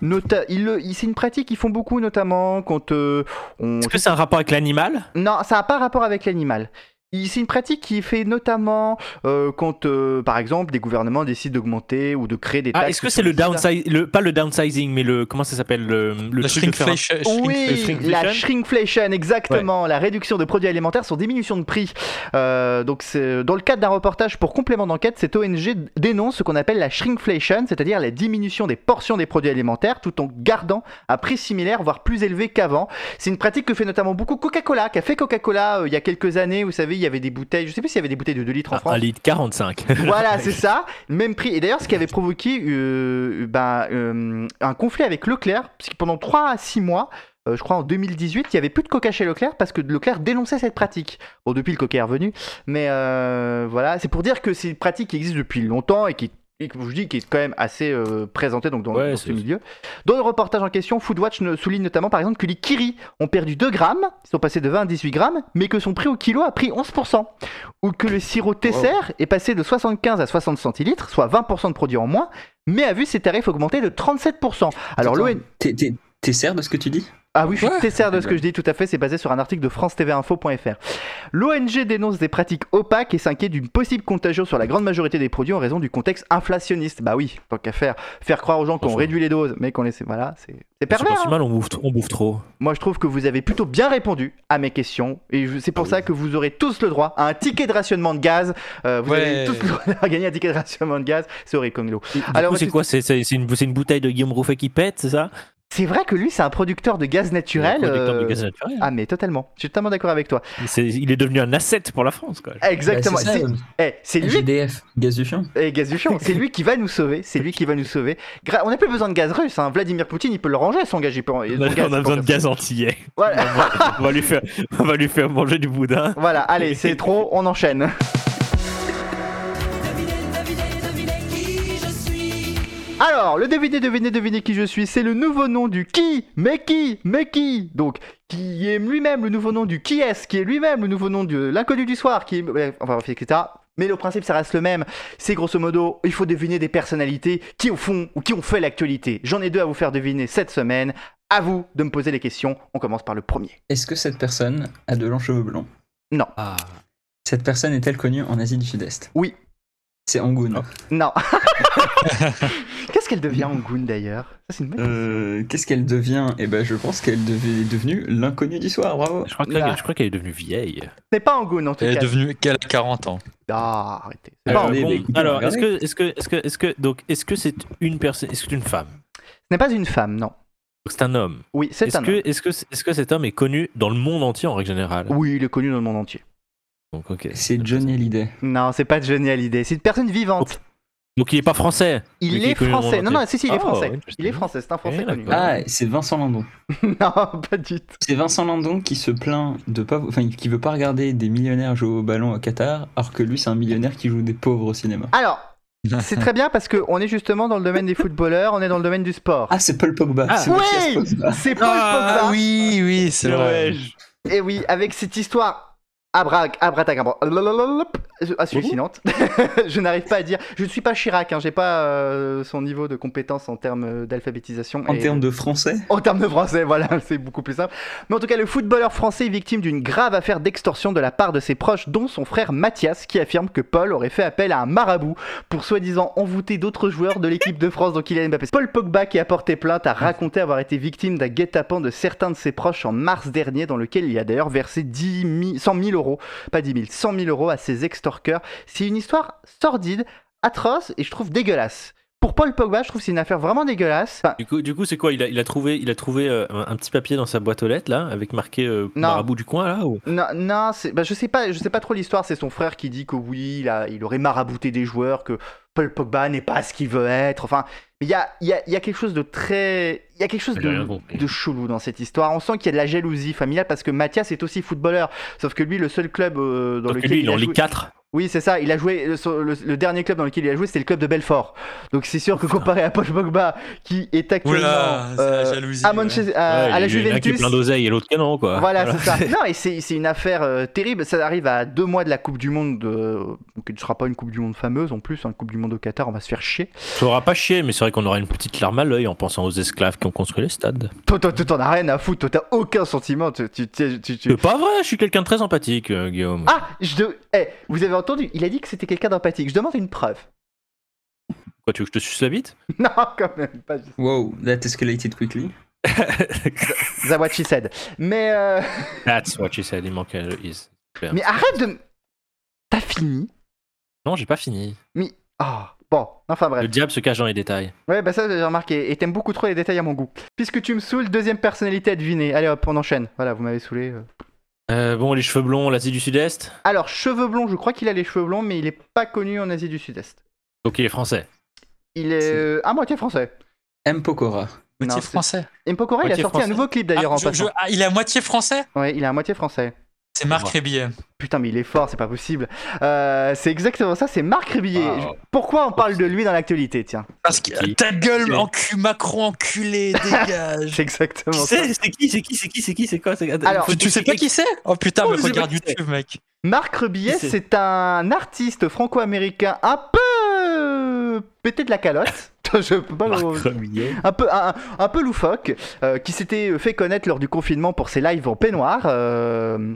S1: nota- il le- il- C'est une pratique qu'ils font beaucoup, notamment quand euh, on.
S3: Est-ce que c'est un rapport avec l'animal
S1: Non, ça n'a pas rapport avec l'animal. Il- C'est une pratique qui est faite notamment euh, quand, euh, par exemple, des gouvernements décident d'augmenter ou de créer des taxes.
S3: Ah, est-ce que
S1: sur
S3: c'est le
S1: les pizzas.
S3: downsizing, le, pas le downsizing, mais le comment ça s'appelle le, le
S4: La
S3: truc de faire un-
S4: Euh, shrinkflation.
S1: Oh, Oui,
S3: shrinkflation.
S1: la shrinkflation, exactement, la réduction de produits alimentaires sur diminution de prix. Euh, donc, c'est- dans le cadre d'un reportage pour complément d'enquête, cette ONG dénonce ce qu'on appelle la shrinkflation, c'est-à-dire la diminution des portions des produits alimentaires tout en gardant un prix similaire, voire plus élevé qu'avant. C'est une pratique que fait notamment beaucoup Coca-Cola, qu'a fait Coca-Cola euh, il y a quelques années. Vous savez, il y avait des bouteilles, je sais plus s'il y avait des bouteilles de 2 litres en
S3: un,
S1: France.
S3: litre 45 (laughs)
S1: Voilà, c'est ça, même prix. Et d'ailleurs, ce qui avait provoqué euh, bah, euh, un conflit avec Leclerc, puisque pendant 3 à 6 mois, euh, je crois en 2018, il n'y avait plus de coca chez Leclerc parce que Leclerc dénonçait cette pratique. Bon, depuis le coca est revenu, mais euh, voilà, c'est pour dire que c'est une pratique qui existe depuis longtemps et qui et que je dis qui est quand même assez euh, présentée donc dans,
S3: Ouais,
S1: dans ce
S3: c'est-
S1: milieu. Dans le reportage en question, Foodwatch ne- souligne notamment par exemple que les Kiri ont perdu 2 grammes, ils sont passés de 20 à 18 grammes, mais que son prix au kilo a pris 11% ou que le sirop Tesser est passé de 75 à 60 centilitres, soit 20% de produits en moins, mais a vu ses tarifs augmenter de 37%. Alors l'ONG...
S8: T'es- T'es t'es serbe de ce que tu dis
S1: Ah oui, je suis
S8: Ouais.
S1: tesser de ce que je dis, tout à fait, c'est basé sur un article de france-tv-info.fr. L'ONG dénonce des pratiques opaques et s'inquiète d'une possible contagion sur la grande majorité des produits en raison du contexte inflationniste. Bah oui, tant qu'à faire, faire croire aux gens qu'on
S3: Bonjour.
S1: réduit les doses, mais qu'on les... Voilà, c'est c'est
S3: Parce qu'on
S1: pervers.
S3: se
S1: hein.
S3: mal on bouffe, on bouffe trop
S1: Moi, je trouve que vous avez plutôt bien répondu à mes questions. Et je- c'est pour ça que vous aurez tous le droit à un ticket de rationnement de gaz. Euh, vous avez
S4: Ouais.
S1: tous le droit à gagner un ticket de rationnement de gaz. C'est horrible comme lot.
S3: Alors,
S1: Alors,
S3: c'est
S1: tu-
S3: quoi C'est c'est- c'est une, c'est une bouteille de Guillaume Rouffet qui pète, c'est ça
S1: C'est vrai que lui, c'est un producteur de gaz naturel.
S3: Le producteur de
S1: euh,
S3: gaz naturel.
S1: Ah, mais totalement. Je suis totalement d'accord avec toi.
S3: C'est- Il est devenu un asset pour la France, quoi.
S1: Exactement.
S8: Bah, c'est ça,
S1: C'est- eh, c'est lui
S8: GDF, gaz du fion.
S1: Et gaz du champ, c'est lui qui va nous sauver, c'est lui qui va nous sauver. Gra- on n'a plus besoin de gaz russe, hein. Vladimir Poutine, il peut le ranger son gaz. il peut- son
S3: On a,
S1: gaz,
S3: Bah, on a
S1: pour
S3: besoin de
S1: faire-
S3: gaz antillais.
S1: Voilà.
S3: on, va lui faire, on va lui faire manger du boudin.
S1: Voilà, allez, c'est trop, on enchaîne. Alors, le devinez, devinez, devinez qui je suis, c'est le nouveau nom du qui, mais qui, mais qui Donc, qui est lui-même le nouveau nom du qui est-ce, qui est lui-même le nouveau nom de l'inconnu du soir, qui est. ouais, Enfin, bref, etc. Mais le principe, ça reste le même. C'est grosso modo, il faut deviner des personnalités qui au fond ou qui ont fait l'actualité. J'en ai deux à vous faire deviner cette semaine. À vous de me poser les questions. On commence par le premier.
S8: Est-ce que cette personne a de longs cheveux blonds Ah.
S1: Non.
S8: Cette personne est-elle connue en Asie du Sud-Est
S1: Oui.
S8: C'est Angoun.
S5: Ah.
S3: (laughs)
S1: Non. Qu'est-ce qu'elle devient Angoon d'ailleurs Ça, c'est une bonne
S8: Euh, Qu'est-ce qu'elle devient Eh ben, je pense qu'elle devait- est devenue l'inconnue du soir. Bravo.
S3: Je crois que-
S1: Là.
S3: je crois qu'elle est devenue vieille.
S1: C'est pas Angoon en tout
S4: Elle est
S1: cas.
S4: devenue qu'elle a 40 ans.
S1: Ah, arrêtez. C'est
S3: Euh,
S1: pas
S8: Alors,
S1: Angoon.
S8: les-
S3: bon,
S8: bah, écoutez,
S3: alors, est-ce
S8: regardez.
S3: que, est-ce que, est-ce que, est-ce que, donc, est-ce que c'est une personne, est-ce que c'est une femme
S1: Ce n'est pas une femme, non.
S3: Donc, C'est un homme.
S1: Oui, c'est
S3: Est-ce
S1: un
S3: que, est-ce que, est-ce que cet homme est connu dans le monde entier en règle générale
S1: homme. Oui, il est connu dans le monde entier.
S3: Donc, ok.
S8: C'est Johnny Hallyday.
S1: Non, c'est pas Johnny Hallyday. C'est une personne vivante.
S3: Donc, il est pas français.
S1: Il
S3: Mais Oh, qui
S1: est
S3: est connu dans le
S1: français.
S3: monde
S1: Non,
S3: entier.
S1: non, si, si, il est
S3: Oh,
S1: français.
S3: interesting.
S1: Il est français, c'est un français
S3: Eh,
S1: connu.
S3: d'accord.
S8: Ah, c'est Vincent Landon.
S1: (laughs) non, pas du tout.
S8: C'est Vincent Landon qui se plaint de pas, enfin, qui veut pas regarder des millionnaires jouer au ballon au Qatar, alors que lui, c'est un millionnaire qui joue des pauvres au cinéma.
S1: Alors,
S3: (laughs)
S1: c'est très bien parce qu'on est justement dans le domaine des footballeurs, on est dans le domaine du sport.
S8: Ah, c'est Paul Pogba.
S3: Ah,
S8: c'est Mathias
S1: oui
S8: Pogba.
S1: C'est Paul
S4: Ah
S1: Pogba.
S4: oui, oui, c'est vrai.
S1: Et oui, avec Eh cette histoire Abra, abracadabra. Ah, c'est hallucinante. (laughs) je n'arrive pas à dire. Je ne suis pas Chirac, hein, j'ai pas euh, son niveau de compétence en termes euh, d'alphabétisation.
S8: En
S1: et-
S8: termes de français
S1: En termes de français, voilà, (laughs) c'est beaucoup plus simple. Mais en tout cas, le footballeur français est victime d'une grave affaire d'extorsion de la part de ses proches, dont son frère Mathias, qui affirme que Paul aurait fait appel à un marabout pour soi-disant envoûter d'autres joueurs de l'équipe de France, dont Kylian Mbappé. Paul Pogba, qui a porté plainte, a raconté avoir été victime d'un guet-apens de certains de ses proches en mars dernier, dans lequel il a d'ailleurs versé 10 000 100 000 euros, pas 10 000, 100 000 euros à ses extorqueurs. C'est une histoire sordide, atroce et je trouve dégueulasse. Pour Paul Pogba, je trouve que c'est une affaire vraiment dégueulasse. Enfin,
S3: Du coup, du coup, c'est quoi il a, il a trouvé, il a trouvé euh, un, un petit papier dans sa boîte aux lettres là, avec marqué euh,
S1: Non.
S3: marabout du coin là. ou-
S1: Non, non c'est- bah, je sais pas, je sais pas trop l'histoire. C'est son frère qui dit que oui, il, a- il aurait marabouté des joueurs, que Paul Pogba n'est pas ce qu'il veut être. Enfin, il y a, il y a- il y a quelque chose de très, il y a quelque chose
S3: J'ai rien
S1: de,
S3: compris.
S1: de chelou dans cette histoire. On sent qu'il y a de la jalousie familiale parce que Mathias est aussi footballeur, sauf que lui, le seul club euh, dans
S3: Parce que
S1: lequel
S3: lui, il est
S1: a
S3: en Ligue
S1: joué-
S3: 4.
S1: oui, c'est ça. Il a joué le, le- le dernier club dans lequel il a joué, c'était le club de Belfort. Donc c'est sûr que comparé à Paul Pogba, qui est actuellement
S4: Oula, c'est la
S1: euh,
S4: jalousie,
S1: à,
S4: ouais.
S1: Manchester- à-
S3: Ouais,
S1: à la
S3: il y en a un qui est
S1: Juventus,
S3: plein d'oseille et l'autre canon quoi.
S1: voilà, c'est ça. Non, et c'est c'est une affaire euh, terrible. Ça arrive à deux mois de la Coupe du Monde, euh, qui ne sera pas une Coupe du Monde fameuse en plus, une Coupe du Monde au Qatar, on va se faire chier.
S3: Ça aura pas chier, mais c'est vrai qu'on aura une petite larme à l'œil en pensant aux esclaves qui ont construit les stades.
S1: Toi, toi, toi, t'en as rien à foutre, toi, t'as aucun sentiment. tu- tu- tu- tu- tu-
S3: C'est pas vrai, je suis quelqu'un de très empathique, euh, Guillaume.
S1: Ah, je de... eh, vous avez entendu, il a dit que c'était quelqu'un d'empathique. Je demande une preuve. (laughs)
S3: Quoi, tu veux que je te suce la bite
S1: Non, quand même pas. juste-
S8: Wow, that escalated quickly.
S1: That's what she said. Mais, euh,
S3: That's what she said, il manquait le is.
S1: mais arrête de. m- T'as fini
S3: Non, j'ai pas fini.
S1: Mais. Ah, bon, enfin bref.
S3: Le diable se cache dans les détails.
S1: Ouais, bah ça, j'ai remarqué. Et t'aimes beaucoup trop les détails à mon goût. Puisque tu me saoules, deuxième personnalité à deviner. Allez hop, on enchaîne. Voilà, vous m'avez saoulé. euh.
S3: Euh, bon, les cheveux blonds, l'Asie du Sud-Est.
S1: Alors, cheveux blonds, je crois qu'il a les cheveux blonds, mais il est pas connu en Asie du Sud-Est.
S3: Donc il est français.
S1: Il est
S8: C'est-
S1: euh, à moitié français.
S8: M. Pokora.
S1: Non,
S4: Moitié
S1: c'est-
S4: français.
S1: Impokora, il a
S3: Moitié
S1: sorti un
S3: français.
S1: nouveau clip d'ailleurs
S4: Ah,
S1: en
S4: je- je-
S1: passant.
S4: ah, il est à moitié français
S1: Ouais, il est à moitié français.
S4: C'est Marc Rébillet.
S1: Putain, mais il est fort, c'est pas possible. Euh, c'est exactement ça, c'est Marc Rébillet.
S8: Wow.
S1: Je- Pourquoi on parle de lui dans l'actualité, tiens
S4: Parce que
S3: Qui
S4: ta gueule,
S8: Qui
S4: encu- Macron enculé, dégage.
S1: C'est exactement ça.
S3: C'est qui C'est qui C'est qui C'est qui C'est quoi
S1: Alors,
S4: tu, tu sais pas qui c'est Oh putain,
S3: Oh,
S4: mais
S3: je sais
S4: regarde
S3: pas qui
S4: YouTube, mec.
S1: Marc Rebillet,
S3: Qui c'est
S1: c'est un artiste franco-américain un peu euh, pété de la calotte. (laughs) Je peux pas le- un peu, un, un peu loufoque, euh, qui s'était fait connaître lors du confinement pour ses lives en peignoir. euh,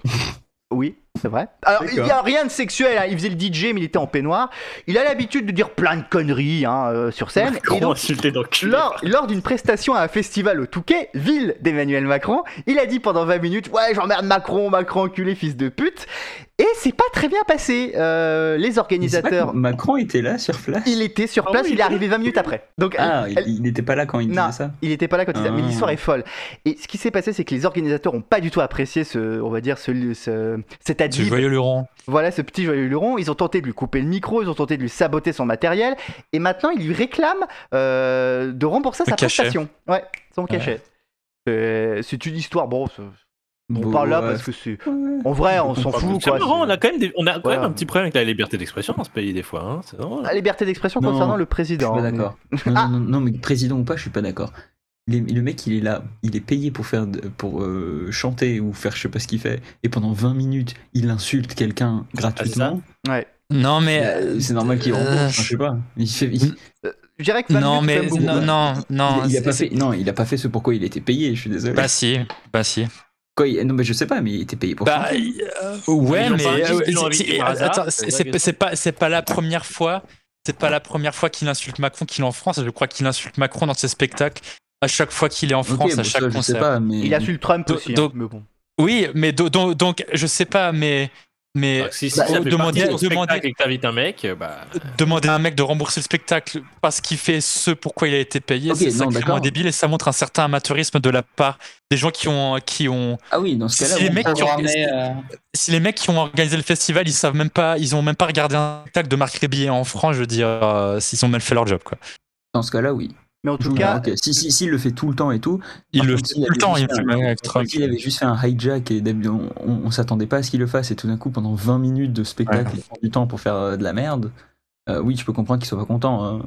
S1: Oui, c'est vrai. Alors, il n'y a rien de sexuel, hein, il faisait le DJ, mais il était en peignoir. Il a l'habitude de dire plein de conneries hein, euh, sur scène. Et donc,
S2: insulté dans le cul.
S1: lors, lors d'une prestation à un festival au Touquet, ville d'Emmanuel Macron, il a dit pendant 20 minutes Ouais, j'emmerde Macron, Macron enculé, fils de pute. Et c'est pas très bien passé. Euh, les
S8: Mais c'est pas que
S1: organisateurs,
S8: Macron était là sur place
S1: il était sur
S2: Ah
S1: place,
S2: oui,
S1: il est arrivé 20 minutes après. Donc,
S8: Ah,
S1: elle-
S8: il- il n'était pas là quand il
S1: Non.
S8: disait ça
S1: il n'était pas là quand il a... Mais
S8: Ah.
S1: l'histoire est folle. Et ce qui s'est passé, c'est que les organisateurs n'ont pas du tout apprécié ce, on va dire, ce, ce- cet
S4: Tu
S1: adib.
S4: joyeux Laurent.
S1: Voilà ce petit joyeux luron. Ils ont tenté de lui couper le micro, ils ont tenté de lui saboter son matériel. Et maintenant, ils lui réclament euh, de rembourser sa
S4: cachet.
S1: prestation. Ouais, son cachet. Euh, C'est une histoire, bon, c'est- on
S8: Bon,
S1: parle là
S8: ouais.
S1: parce que c'est.
S8: Ouais.
S1: En vrai, on s'en
S8: comprends
S1: fout,
S3: C'est
S1: quoi.
S3: marrant, on
S1: c'est-
S3: a quand même, des- on a quand
S1: Voilà.
S3: même un petit problème avec la liberté d'expression dans ce pays des fois. hein. C'est drôle.
S1: La liberté d'expression
S8: Non,
S1: concernant le
S8: Je suis
S1: président.
S8: pas d'accord. Non,
S1: Ah.
S8: non, non, non, mais président ou pas, je suis pas d'accord. Les- Le mec, il est là, il est payé pour faire, de- pour euh, chanter ou faire je sais pas ce qu'il fait, et pendant 20 minutes, il insulte quelqu'un gratuitement.
S1: Ouais.
S4: Non mais
S8: Euh, C'est normal qu'il
S4: Ah, euh,
S8: rembourse, enfin, je sais pas. Il fait- il-
S1: Je dirais que.
S4: Non mais
S8: beaucoup,
S4: non
S8: ouais.
S4: non non.
S8: il, il a
S4: c'est-
S8: pas
S4: c'est-
S8: fait, non, il a pas fait ce pourquoi il était payé. Je suis désolé.
S4: Bah si, bah si.
S8: Quoi, il- non, mais je sais pas, mais il était payé pour.
S4: Bah
S8: chanter.
S4: euh, ouais
S3: Ils ont
S4: mais
S3: pas un
S4: euh,
S3: disque, ils l'ont
S4: c'est- c'est-
S3: invité par hasard,
S4: attends,
S3: c'est
S4: c'est-
S3: vrai que-
S4: c'est c'est pas c'est pas la première fois, c'est pas la première fois qu'il insulte Macron qu'il est en France. Je crois qu'il insulte Macron dans ses spectacles à chaque fois qu'il est en
S8: Ok,
S4: France
S8: bon,
S4: à chaque
S8: ça, je sais
S4: concert.
S8: pas, mais
S1: Il insulte Trump
S4: Do-
S1: aussi. hein,
S4: donc-
S1: mais bon.
S4: Oui mais do- donc donc je sais pas mais mais
S3: Ah, si si
S4: bah,
S3: ça fait
S4: demandez-
S3: demander, partie de ton
S4: demandez-
S3: spectacle et que t'invites un mec, euh, bah,
S4: demander à un mec de rembourser le spectacle parce qu'il fait ce pourquoi il a été payé,
S8: Ok,
S4: c'est
S8: non,
S4: sacrément
S8: d'accord.
S4: débile et ça montre un certain amateurisme de la part des gens qui ont qui ont
S8: ah oui, dans ce cas-là,
S4: Si les
S8: bon,
S4: mecs qui ont-
S6: Programmé, euh,
S4: si les mecs qui ont organisé le festival, ils savent même pas, ils ont même pas regardé un spectacle de Marc Rébillet en France, je veux dire, euh, s'ils ont mal fait leur job, quoi.
S8: dans ce cas-là, oui.
S1: Mais en tout
S8: Oui,
S1: cas,
S8: ok. si, si, si, il le fait tout le temps et tout.
S4: Ils
S8: Par
S4: le font
S8: contre, s'il
S4: tout le
S8: avait
S4: temps, ils
S8: juste
S4: le font
S8: fait
S4: même
S8: un-
S4: avec Trump.
S8: S'il avait juste fait un hijack et d'habitude, on, on- on s'attendait pas à ce qu'il le fasse et tout d'un coup pendant 20 minutes de spectacle, il prend du temps pour faire euh, de la merde. euh, oui, je peux comprendre qu'il soit pas content. hein.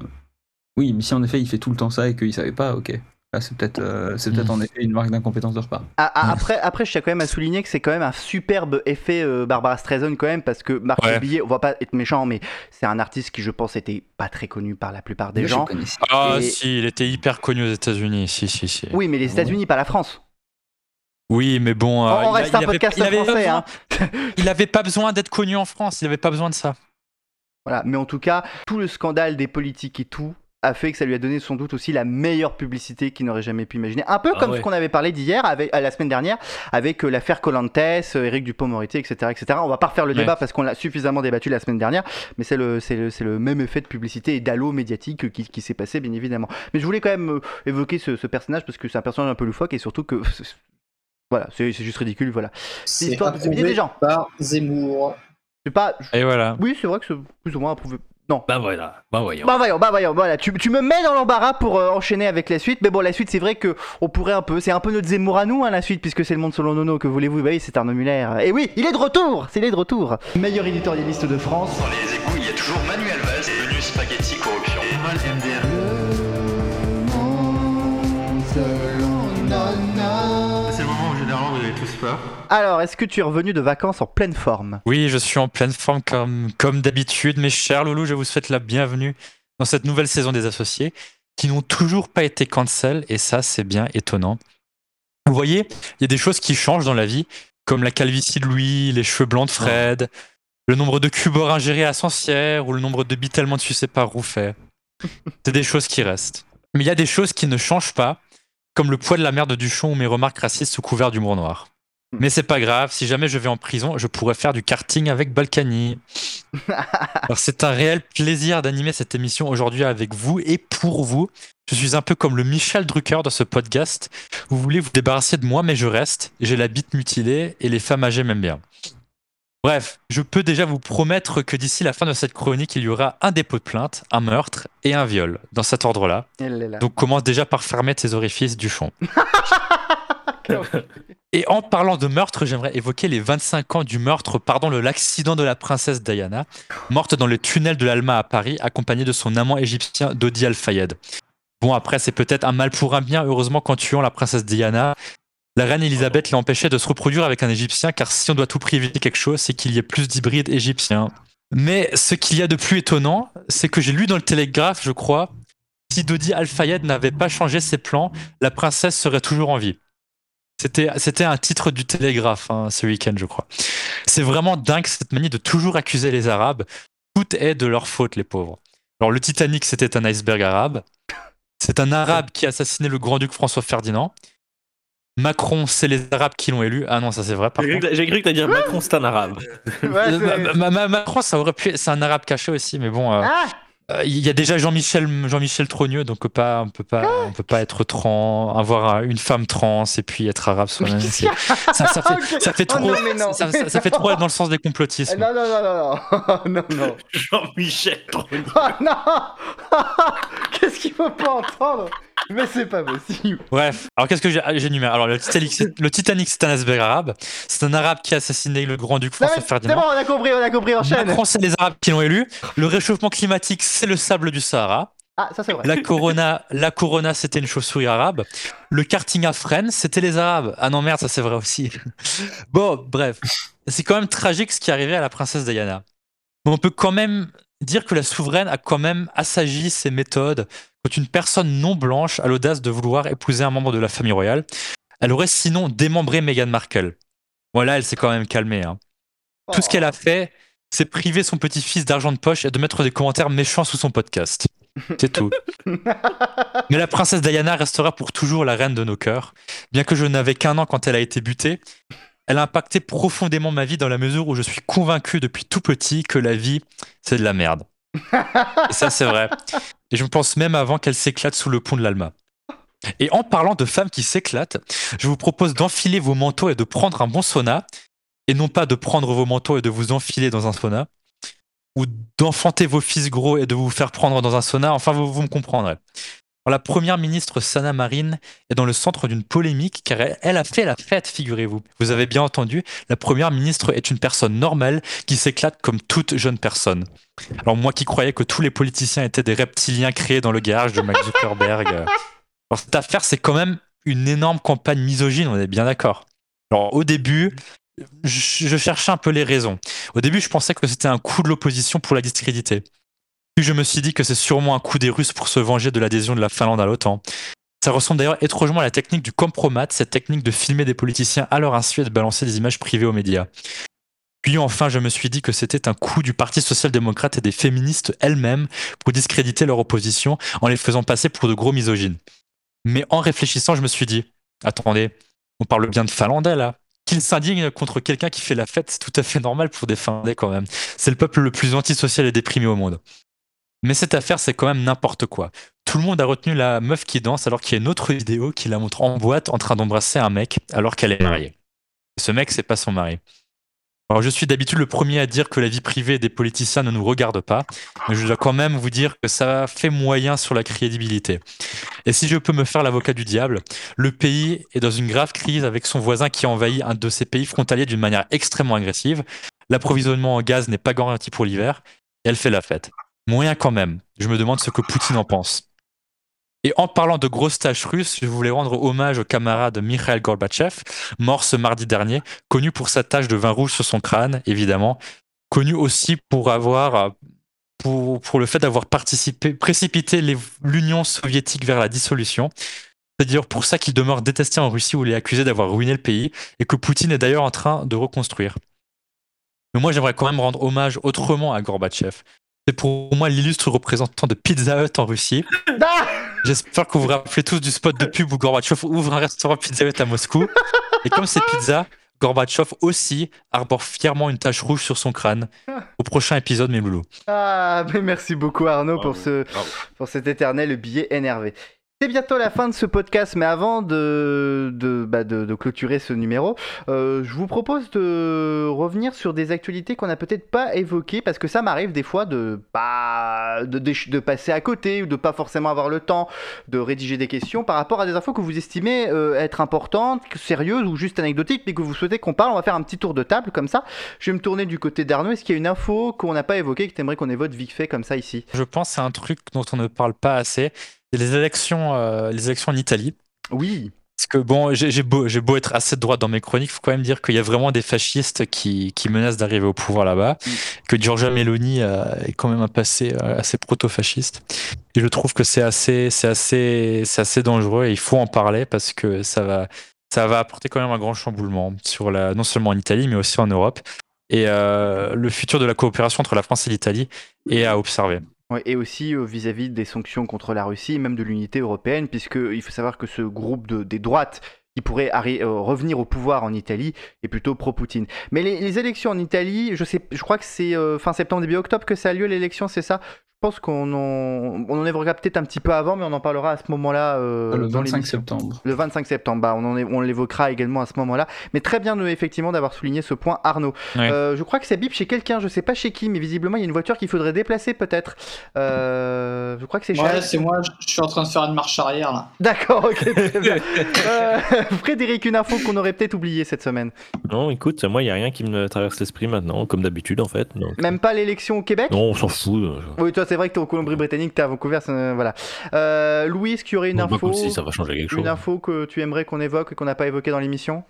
S8: Oui, mais si en effet il fait tout le temps ça et qu'il savait pas, ok. Ah, c'est peut-être euh, c'est peut-être
S5: Hmm.
S8: en effet une marque d'incompétence de repas.
S1: Ah, ah,
S8: Ouais.
S1: après, après, je tiens quand même à souligner que c'est quand même un superbe effet euh, Barbara Streisand quand même parce que Marc
S4: Ouais.
S1: Lebillet, on va pas être méchant, mais c'est un artiste qui je pense était pas très connu par la plupart des
S8: Moi, je
S1: gens.
S8: le connaissais.
S4: Ah
S1: Et-
S4: si, il était hyper connu aux États-Unis. Si, si, si. Oui,
S1: Oui, mais les États-Unis, pas la France.
S4: mais bon. euh,
S1: on on
S4: il a-
S1: reste
S4: il
S1: un
S4: avait-
S1: podcast
S4: il avait pas
S1: français.
S4: besoin-
S1: hein.
S4: (laughs) Il avait pas besoin d'être connu en France. Il avait pas besoin de ça.
S1: Voilà. Mais en tout cas, tout le scandale des politiques et tout a fait que ça lui a donné sans doute aussi la meilleure publicité qu'il n'aurait jamais pu imaginer. Un peu
S3: Ah
S1: comme
S3: ouais.
S1: ce qu'on avait parlé d'hier, avec, à la semaine dernière, avec euh, l'affaire Colantes, euh, Éric Dupont-Moretti, etc., etc. On va pas refaire le
S4: Ouais.
S1: débat parce qu'on l'a suffisamment débattu la semaine dernière, mais c'est le, c'est le, c'est le même effet de publicité et d'halo médiatique qui, qui s'est passé, bien évidemment. Mais je voulais quand même euh, évoquer ce, ce personnage parce que c'est un personnage un peu loufoque et surtout que... (laughs) Voilà, c'est c'est juste ridicule, voilà.
S6: C'est
S1: Histoire de
S6: approuvé
S1: humilier des gens.
S6: par Zemmour.
S1: C'est pas...
S4: Et voilà.
S1: Oui, c'est vrai que c'est plus ou moins approuvé.
S3: Bah voilà, bah voyons.
S1: Bah voyons, bah voyons, voilà, tu, tu me mets dans l'embarras pour euh, enchaîner avec la suite, mais bon la suite c'est vrai que on pourrait un peu, c'est un peu notre Zemmour à nous hein, la suite puisque c'est le monde selon Nono que voulez-vous, bah oui c'est Arnaud Muller, et oui il est de retour, c'est il est de retour. Meilleur éditorialiste de France. Dans les
S7: C'est le moment où généralement vous avez tous peur.
S1: Alors est-ce que tu es revenu de vacances en pleine forme
S4: Oui, je suis en pleine forme comme, comme d'habitude. Mes chers loulous, je vous souhaite la bienvenue dans cette nouvelle saison des associés qui n'ont toujours pas été cancel et ça, c'est bien étonnant. Vous voyez, il y a des choses qui changent dans la vie, comme la calvitie de Louis, les cheveux blancs de Fred, le nombre de cubores ingérés à Sancière ou le nombre de bitellements de sucés par Rouffet. C'est des choses qui restent. Mais il y a des choses qui ne changent pas, comme le poids de la mère de Duchon ou mes remarques racistes sous couvert d'humour noir. Mais c'est pas grave, si jamais je vais en prison, je pourrais faire du karting avec Balkany. Alors c'est un réel plaisir d'animer cette émission aujourd'hui avec vous et pour vous. Je suis un peu comme le Michel Drucker dans ce podcast. Vous voulez vous débarrasser de moi, mais je reste. J'ai la bite mutilée et les femmes âgées m'aiment bien. Bref, je peux déjà vous promettre que d'ici la fin de cette chronique, il y aura un dépôt de plainte, un meurtre et un viol, dans cet ordre-là.
S1: Elle est là.
S4: Donc commence déjà par fermer tes orifices du fond. Et en parlant de meurtre, j'aimerais évoquer les 25 ans du meurtre, pardon, le- l'accident de la princesse Diana, morte dans le tunnel de l'Alma à Paris, accompagnée de son amant égyptien Dodi Al-Fayed. Bon, après, c'est peut-être un mal pour un bien, heureusement qu'en tuant la princesse Diana, la reine Elisabeth l'a empêchée de se reproduire avec un égyptien, car si on doit tout priver quelque chose, c'est qu'il y ait plus d'hybrides égyptiens. Mais ce qu'il y a de plus étonnant, c'est que j'ai lu dans le Télégraphe, je crois, si Dodi Al-Fayed n'avait pas changé ses plans, la princesse serait toujours en vie. C'était, c'était un titre du Télégraphe hein, ce week-end, je crois. C'est vraiment dingue cette manie de toujours accuser les Arabes. Tout est de leur faute, les pauvres. Alors, le Titanic, c'était un iceberg arabe. C'est un arabe qui a assassiné le grand-duc François Ferdinand. Macron, c'est les Arabes qui l'ont élu. Ah non, ça c'est vrai. Par
S3: J'ai cru
S4: contre.
S3: que- j'ai cru que t'as dit Macron, c'est
S1: (laughs)
S3: un arabe.
S1: Ouais,
S4: Euh, ma-
S1: c'est-
S7: (laughs)
S4: ma- ma- Macron, ça aurait pu. C'est un arabe caché aussi, mais bon. euh,
S1: Ah
S4: euh, Il y a déjà Jean-Michel Jean-Michel Trogneux, donc pas, on peut pas,
S1: Ah.
S4: on peut pas être trans, avoir euh, une femme trans et puis être arabe soi-même.
S1: Mais qu'est-ce (laughs) qu'il y a
S4: C'est- Ça, ça fait,
S1: Ok.
S4: ça fait
S1: Oh
S4: trop,
S1: non, mais non.
S4: ça, ça- ça fait trop être dans le sens des
S1: Ah,
S4: complotismes.
S1: Non non non non (laughs) non non non.
S3: Jean-Michel Trognon.
S1: Oh non (laughs) Qu'est-ce qu'il faut pas entendre Mais c'est pas possible.
S4: Bref, alors qu'est-ce que j'ai- ah, j'énumère Alors le Titanic, c'est- le Titanic, c'est un iceberg arabe. C'est un arabe qui a assassiné le grand-duc
S1: Non, mais
S4: François
S1: C'est bon,
S4: Ferdinand.
S1: on a compris, on a compris, enchaîne.
S4: Macron, c'est les Arabes qui l'ont élu. Le réchauffement climatique, c'est le sable du Sahara.
S1: Ah, ça c'est vrai.
S4: La Corona, la Corona, c'était une chauve-souris arabe. Le karting à Fresnes, c'était les Arabes. Ah non, merde, ça c'est vrai aussi. (laughs) Bon, bref. C'est quand même tragique ce qui est arrivé à la princesse Diana. Mais on peut quand même dire que la souveraine a quand même assagi ses méthodes quand une personne non blanche a l'audace de vouloir épouser un membre de la famille royale. Elle aurait sinon démembré Meghan Markle. Voilà, elle s'est quand même calmée. hein. Tout ce qu'elle a fait, c'est priver son petit-fils d'argent de poche et de mettre des commentaires méchants sous son podcast. C'est tout. Mais la princesse Diana restera pour toujours la reine de nos cœurs. Bien que je n'avais qu'un an quand elle a été butée, elle a impacté profondément ma vie dans la mesure où je suis convaincu depuis tout petit que la vie, c'est de la merde. Et ça, c'est vrai. Et je pense même avant qu'elle s'éclate sous le pont de l'Alma. Et en parlant de femmes qui s'éclatent, je vous propose d'enfiler vos manteaux et de prendre un bon sauna, et non pas de prendre vos manteaux et de vous enfiler dans un sauna, ou d'enfanter vos fils gros et de vous faire prendre dans un sauna. Enfin, vous, vous me comprendrez. Alors, la première ministre Sana Marin est dans le centre d'une polémique car elle, elle a fait la fête, figurez-vous. Vous avez bien entendu, la première ministre est une personne normale qui s'éclate comme toute jeune personne. Alors moi qui croyais que tous les politiciens étaient des reptiliens créés dans le garage de Max Zuckerberg, euh, Alors, cette affaire, c'est quand même une énorme campagne misogyne, on est bien d'accord. Alors, au début, je, je cherchais un peu les raisons. Au début, je pensais que c'était un coup de l'opposition pour la discréditer. Puis je me suis dit que c'est sûrement un coup des Russes pour se venger de l'adhésion de la Finlande à l'OTAN. Ça ressemble d'ailleurs étrangement à la technique du compromat, cette technique de filmer des politiciens à leur insu et de balancer des images privées aux médias. Puis enfin, je me suis dit que c'était un coup du Parti social-démocrate et des féministes elles-mêmes pour discréditer leur opposition en les faisant passer pour de gros misogynes. Mais en réfléchissant, je me suis dit, attendez, on parle bien de Finlandais là. Qu'ils s'indignent contre quelqu'un qui fait la fête, c'est tout à fait normal pour des Finlandais quand même. C'est le peuple le plus antisocial et déprimé au monde. Mais cette affaire, c'est quand même n'importe quoi. Tout le monde a retenu la meuf qui danse alors qu'il y a une autre vidéo qui la montre en boîte en train d'embrasser un mec alors qu'elle est mariée. Ce mec, c'est pas son mari. Alors, je suis d'habitude le premier à dire que la vie privée des politiciens ne nous regarde pas, mais je dois quand même vous dire que ça fait moyen sur la crédibilité. Et si je peux me faire l'avocat du diable, le pays est dans une grave crise avec son voisin qui envahit un de ses pays frontaliers d'une manière extrêmement agressive. L'approvisionnement en gaz n'est pas garanti pour l'hiver, et elle fait la fête. Moyen quand même. Je me demande ce que Poutine en pense. Et en parlant de grosses tâches russes, je voulais rendre hommage au camarade Mikhail Gorbatchev, mort ce mardi dernier, connu pour sa tache de vin rouge sur son crâne, évidemment, connu aussi pour avoir euh, pour, pour le fait d'avoir participé, précipité les- l'Union soviétique vers la dissolution. C'est d'ailleurs pour ça qu'il demeure détesté en Russie où il est accusé d'avoir ruiné le pays et que Poutine est d'ailleurs en train de reconstruire. Mais moi, j'aimerais quand même rendre hommage autrement à Gorbatchev. C'est pour moi l'illustre représentant de Pizza Hut en Russie. J'espère que vous vous rappelez tous du spot de pub où Gorbatchev ouvre un restaurant Pizza Hut à Moscou. Et comme c'est pizza, Gorbatchev aussi arbore fièrement une tache rouge sur son crâne. Au prochain épisode, mes loulous.
S1: Ah, mais merci beaucoup Arnaud pour,
S3: Bravo,
S1: ce,
S3: bravo.
S1: pour cet éternel billet énervé. C'est bientôt la fin de ce podcast, mais avant de, de, bah, de- de clôturer ce numéro, euh, je vous propose de revenir sur des actualités qu'on n'a peut-être pas évoquées, parce que ça m'arrive des fois de, bah, de, déch- de passer à côté ou de pas forcément avoir le temps de rédiger des questions par rapport à des infos que vous estimez euh, être importantes, sérieuses ou juste anecdotiques, mais que vous souhaitez qu'on parle. On va faire un petit tour de table comme ça. Je vais me tourner du côté d'Arnaud. Est-ce qu'il y a une info qu'on n'a pas évoquée que t'aimerais qu'on évoque vite fait comme ça ici
S4: Je pense à un truc dont on ne parle pas assez. C'est les élections, euh, les élections en Italie.
S1: Oui.
S4: Parce que bon, j'ai j'ai beau, j'ai beau être assez de droite dans mes chroniques, faut quand même dire qu'il y a vraiment des fascistes qui, qui menacent d'arriver au pouvoir là-bas. Que Giorgia Meloni euh, est quand même un passé euh, assez proto-fasciste. Et je trouve que c'est assez, c'est assez, c'est assez dangereux et il faut en parler parce que ça va, ça va apporter quand même un grand chamboulement sur la, non seulement en Italie mais aussi en Europe. Et euh, le futur de la coopération entre la France et l'Italie est à observer.
S1: Ouais, et aussi euh, vis-à-vis des sanctions contre la Russie, même de l'unité européenne, puisque il faut savoir que ce groupe de, des droites qui pourrait arri- euh, revenir au pouvoir en Italie est plutôt pro-Poutine. Mais les, les élections en Italie, je, sais, je crois que c'est euh, fin septembre, début octobre que ça a lieu l'élection, c'est ça Je pense qu'on en, on en évoquera peut-être un petit peu avant, mais on en parlera à ce moment-là euh,
S9: Le
S1: dans
S9: 25
S1: l'émission.
S9: septembre.
S1: Le 25 septembre, bah, on, en est- on l'évoquera également à ce moment-là. Mais très bien, euh, effectivement, d'avoir souligné ce point, Arnaud.
S4: Ouais.
S1: Euh, je crois que ça bip chez quelqu'un, je sais pas chez qui, mais visiblement, il y a une voiture qu'il faudrait déplacer peut-être. Euh, je crois que c'est chez.
S6: Ouais, c'est moi, je- je suis en train de faire une marche arrière là.
S1: (laughs) D'accord, ok, très bien. Euh, Frédéric, une info qu'on aurait peut-être oubliée cette semaine.
S3: Non, écoute, moi, il n'y a rien qui me traverse l'esprit maintenant, comme d'habitude, en fait. donc-
S1: Même pas l'élection au Québec
S3: Non, on s'en fout. euh,
S1: Oui, toi, c'est vrai que t'es en Colombie-Britannique, t'es à Vancouver, c'est- euh, voilà. Euh, Louis, est-ce qu'il y aurait une
S3: bon, pas
S1: info
S3: comme si ça va changer quelque chose.
S1: Une info que tu aimerais qu'on évoque et qu'on n'a pas évoquée dans l'émission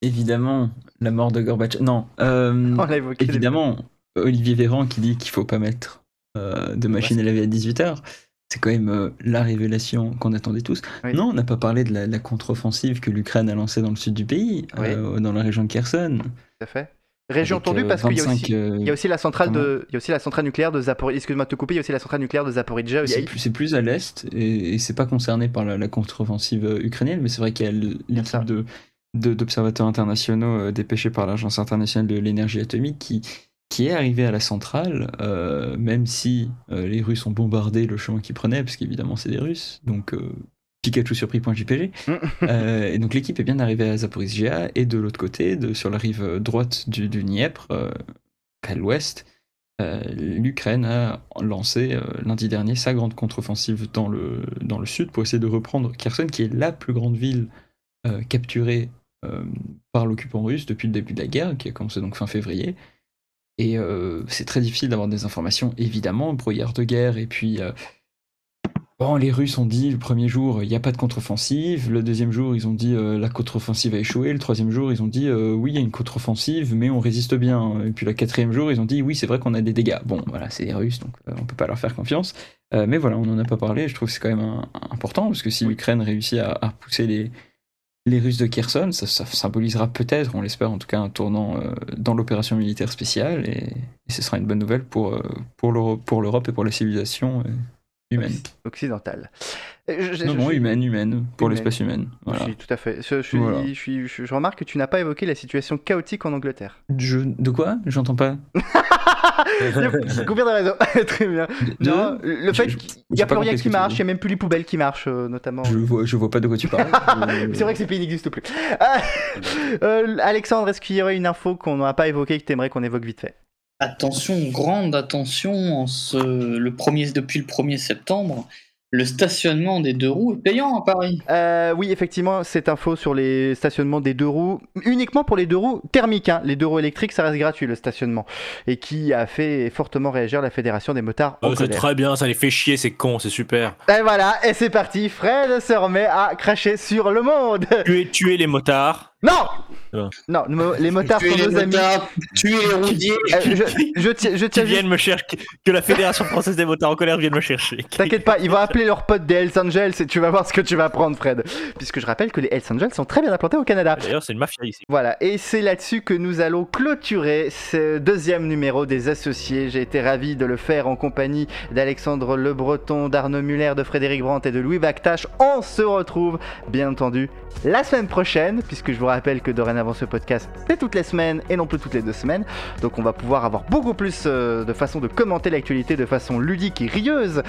S5: Évidemment, la mort de Gorbatchev. Non, euh,
S1: On l'a évoquée.
S5: évidemment, Olivier Véran qui dit qu'il faut pas mettre euh, de machine à laver à 18h. C'est quand même euh, la révélation qu'on attendait tous.
S1: Oui.
S5: Non, on n'a pas parlé de la, la contre-offensive que l'Ukraine a lancée dans le sud du pays,
S1: Oui.
S5: euh, dans la région de Kherson.
S1: Tout à fait. Région
S5: Avec,
S1: tendue
S5: euh,
S1: parce qu'il y a
S5: 25,
S1: aussi.
S5: euh,
S1: Il y a aussi la centrale
S5: Comment
S1: de, il y a aussi la centrale nucléaire de Zaporizhzhia. Excuse-moi de te couper. Il y a aussi la centrale nucléaire de Zaporizhzhia. Il y a-
S5: C'est plus, c'est plus à l'est et, et c'est pas concerné par la, la contre-offensive euh, ukrainienne, mais c'est vrai qu'il y a l-
S1: ça.
S5: l'équipe de de- d'observateurs internationaux euh, dépêchés par l'Agence internationale de l'énergie atomique qui, qui est arrivée à la centrale, euh, même si euh, les Russes ont bombardé le chemin qu'ils prenaient, parce qu'évidemment c'est des Russes, donc euh, Pikachu surpris.jpg. (laughs) Euh, et donc l'équipe est bien arrivée à Zaporizhia et de l'autre côté, de, sur la rive droite du, du Dniepr, euh, à l'ouest, euh, l'Ukraine a lancé euh, lundi dernier sa grande contre-offensive dans le, dans le sud pour essayer de reprendre Kherson, qui est la plus grande ville euh, capturée euh, par l'occupant russe depuis le début de la guerre, qui a commencé donc fin février. Et euh, c'est très difficile d'avoir des informations, évidemment, brouillard de guerre, et puis euh, Bon, les Russes ont dit le premier jour, il n'y a pas de contre-offensive. Le deuxième jour, ils ont dit euh, la contre-offensive a échoué. Le troisième jour, ils ont dit euh, oui, il y a une contre-offensive, mais on résiste bien. Et puis le quatrième jour, ils ont dit oui, c'est vrai qu'on a des dégâts. Bon, voilà, c'est les Russes, donc euh, on peut pas leur faire confiance. Euh, mais voilà, on n'en a pas parlé. Je trouve que c'est quand même un- un- important parce que si l'Ukraine réussit à, à pousser les, les Russes de Kherson, ça, ça symbolisera peut-être, on l'espère en tout cas, un tournant euh, dans l'opération militaire spéciale et, et ce sera une bonne nouvelle pour, euh, pour l'Euro- pour l'Europe et pour la civilisation euh, humaine.
S1: occidentale. Euh, je-
S5: Non, non,
S1: je-
S5: humaine, humaine, pour
S1: Humaine.
S5: l'espace humaine.
S1: Je
S5: Voilà.
S1: suis tout à fait. Je, je suis-
S5: Voilà.
S1: je suis- je- je remarque que tu n'as pas évoqué la situation chaotique en
S5: (laughs)
S1: Angleterre.
S5: Je- de quoi J'entends pas.
S1: Yep, Combien de raisons (laughs) Très bien.
S5: De-
S1: Non, le fait
S5: je-
S1: qu'il
S5: je-
S1: n'y a
S5: j'ai pas
S1: plus rien
S5: compris ce
S1: qui
S5: que tu
S1: marche, il
S5: dis.
S1: n'y a même plus les poubelles qui marchent, euh, notamment.
S5: Je vois, je vois pas de quoi
S1: (laughs)
S5: tu parles. Euh,
S1: C'est vrai que ces pays n'existent plus. (laughs) Ah, euh, Alexandre, est-ce qu'il y aurait une info qu'on n'a pas évoquée et que t'aimerais qu'on évoque vite fait
S6: Attention, grande attention, en ce- le premier, depuis le 1er septembre, le stationnement des deux roues est payant à Paris.
S1: Euh, oui, effectivement, cette info sur les stationnements des deux roues, uniquement pour les deux roues thermiques, hein. les deux roues électriques, ça reste gratuit le stationnement, et qui a fait fortement réagir la Fédération des motards en
S3: Oh, c'est
S1: colère.
S3: très bien, ça les fait chier, c'est con, c'est super.
S1: Et voilà, et c'est parti, Fred se remet à cracher sur le monde
S3: Tuer, tuer les motards.
S1: Non
S3: Bon.
S1: Non, nos- les motards
S6: Tuer
S1: sont
S6: les
S1: nos amis.
S6: motards, tuer les roudiers.
S1: Euh, je,
S3: (laughs)
S1: je tiens- je
S3: Qui
S1: tiens juste-
S3: viennent me chercher, que la Fédération Française des motards en colère vienne me chercher.
S1: T'inquiète pas, ils vont appeler leurs potes des Hells Angels et tu vas voir ce que tu vas prendre, Fred. Puisque je rappelle que les Hells Angels sont très bien implantés au Canada.
S3: D'ailleurs, c'est une mafia ici.
S1: Voilà, et c'est là-dessus que nous allons clôturer ce deuxième numéro des associés. J'ai été ravi de le faire en compagnie d'Alexandre Le Breton, d'Arnaud Muller, de Frédéric Brandt et de Louis Bactache. On se retrouve, bien entendu, la semaine prochaine, puisque je vous rappelle que dorénavant ce podcast, c'est toutes les semaines et non plus toutes les deux semaines. Donc on va pouvoir avoir beaucoup plus euh, de façons de commenter l'actualité de façon ludique et rieuse.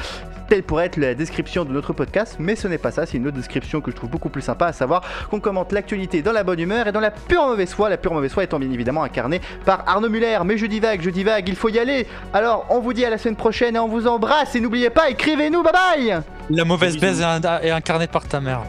S1: Telle pourrait être la description de notre podcast, mais ce n'est pas ça, c'est une autre description que je trouve beaucoup plus sympa, à savoir qu'on commente l'actualité dans la bonne humeur et dans la pure mauvaise foi, la pure mauvaise foi étant bien évidemment incarnée par Arnaud Muller. Mais je divague, je divague, il faut y aller. Alors, on vous dit à la semaine prochaine et on vous embrasse et n'oubliez pas, écrivez-nous, bye bye
S4: La mauvaise baise est, un- est incarnée par ta mère.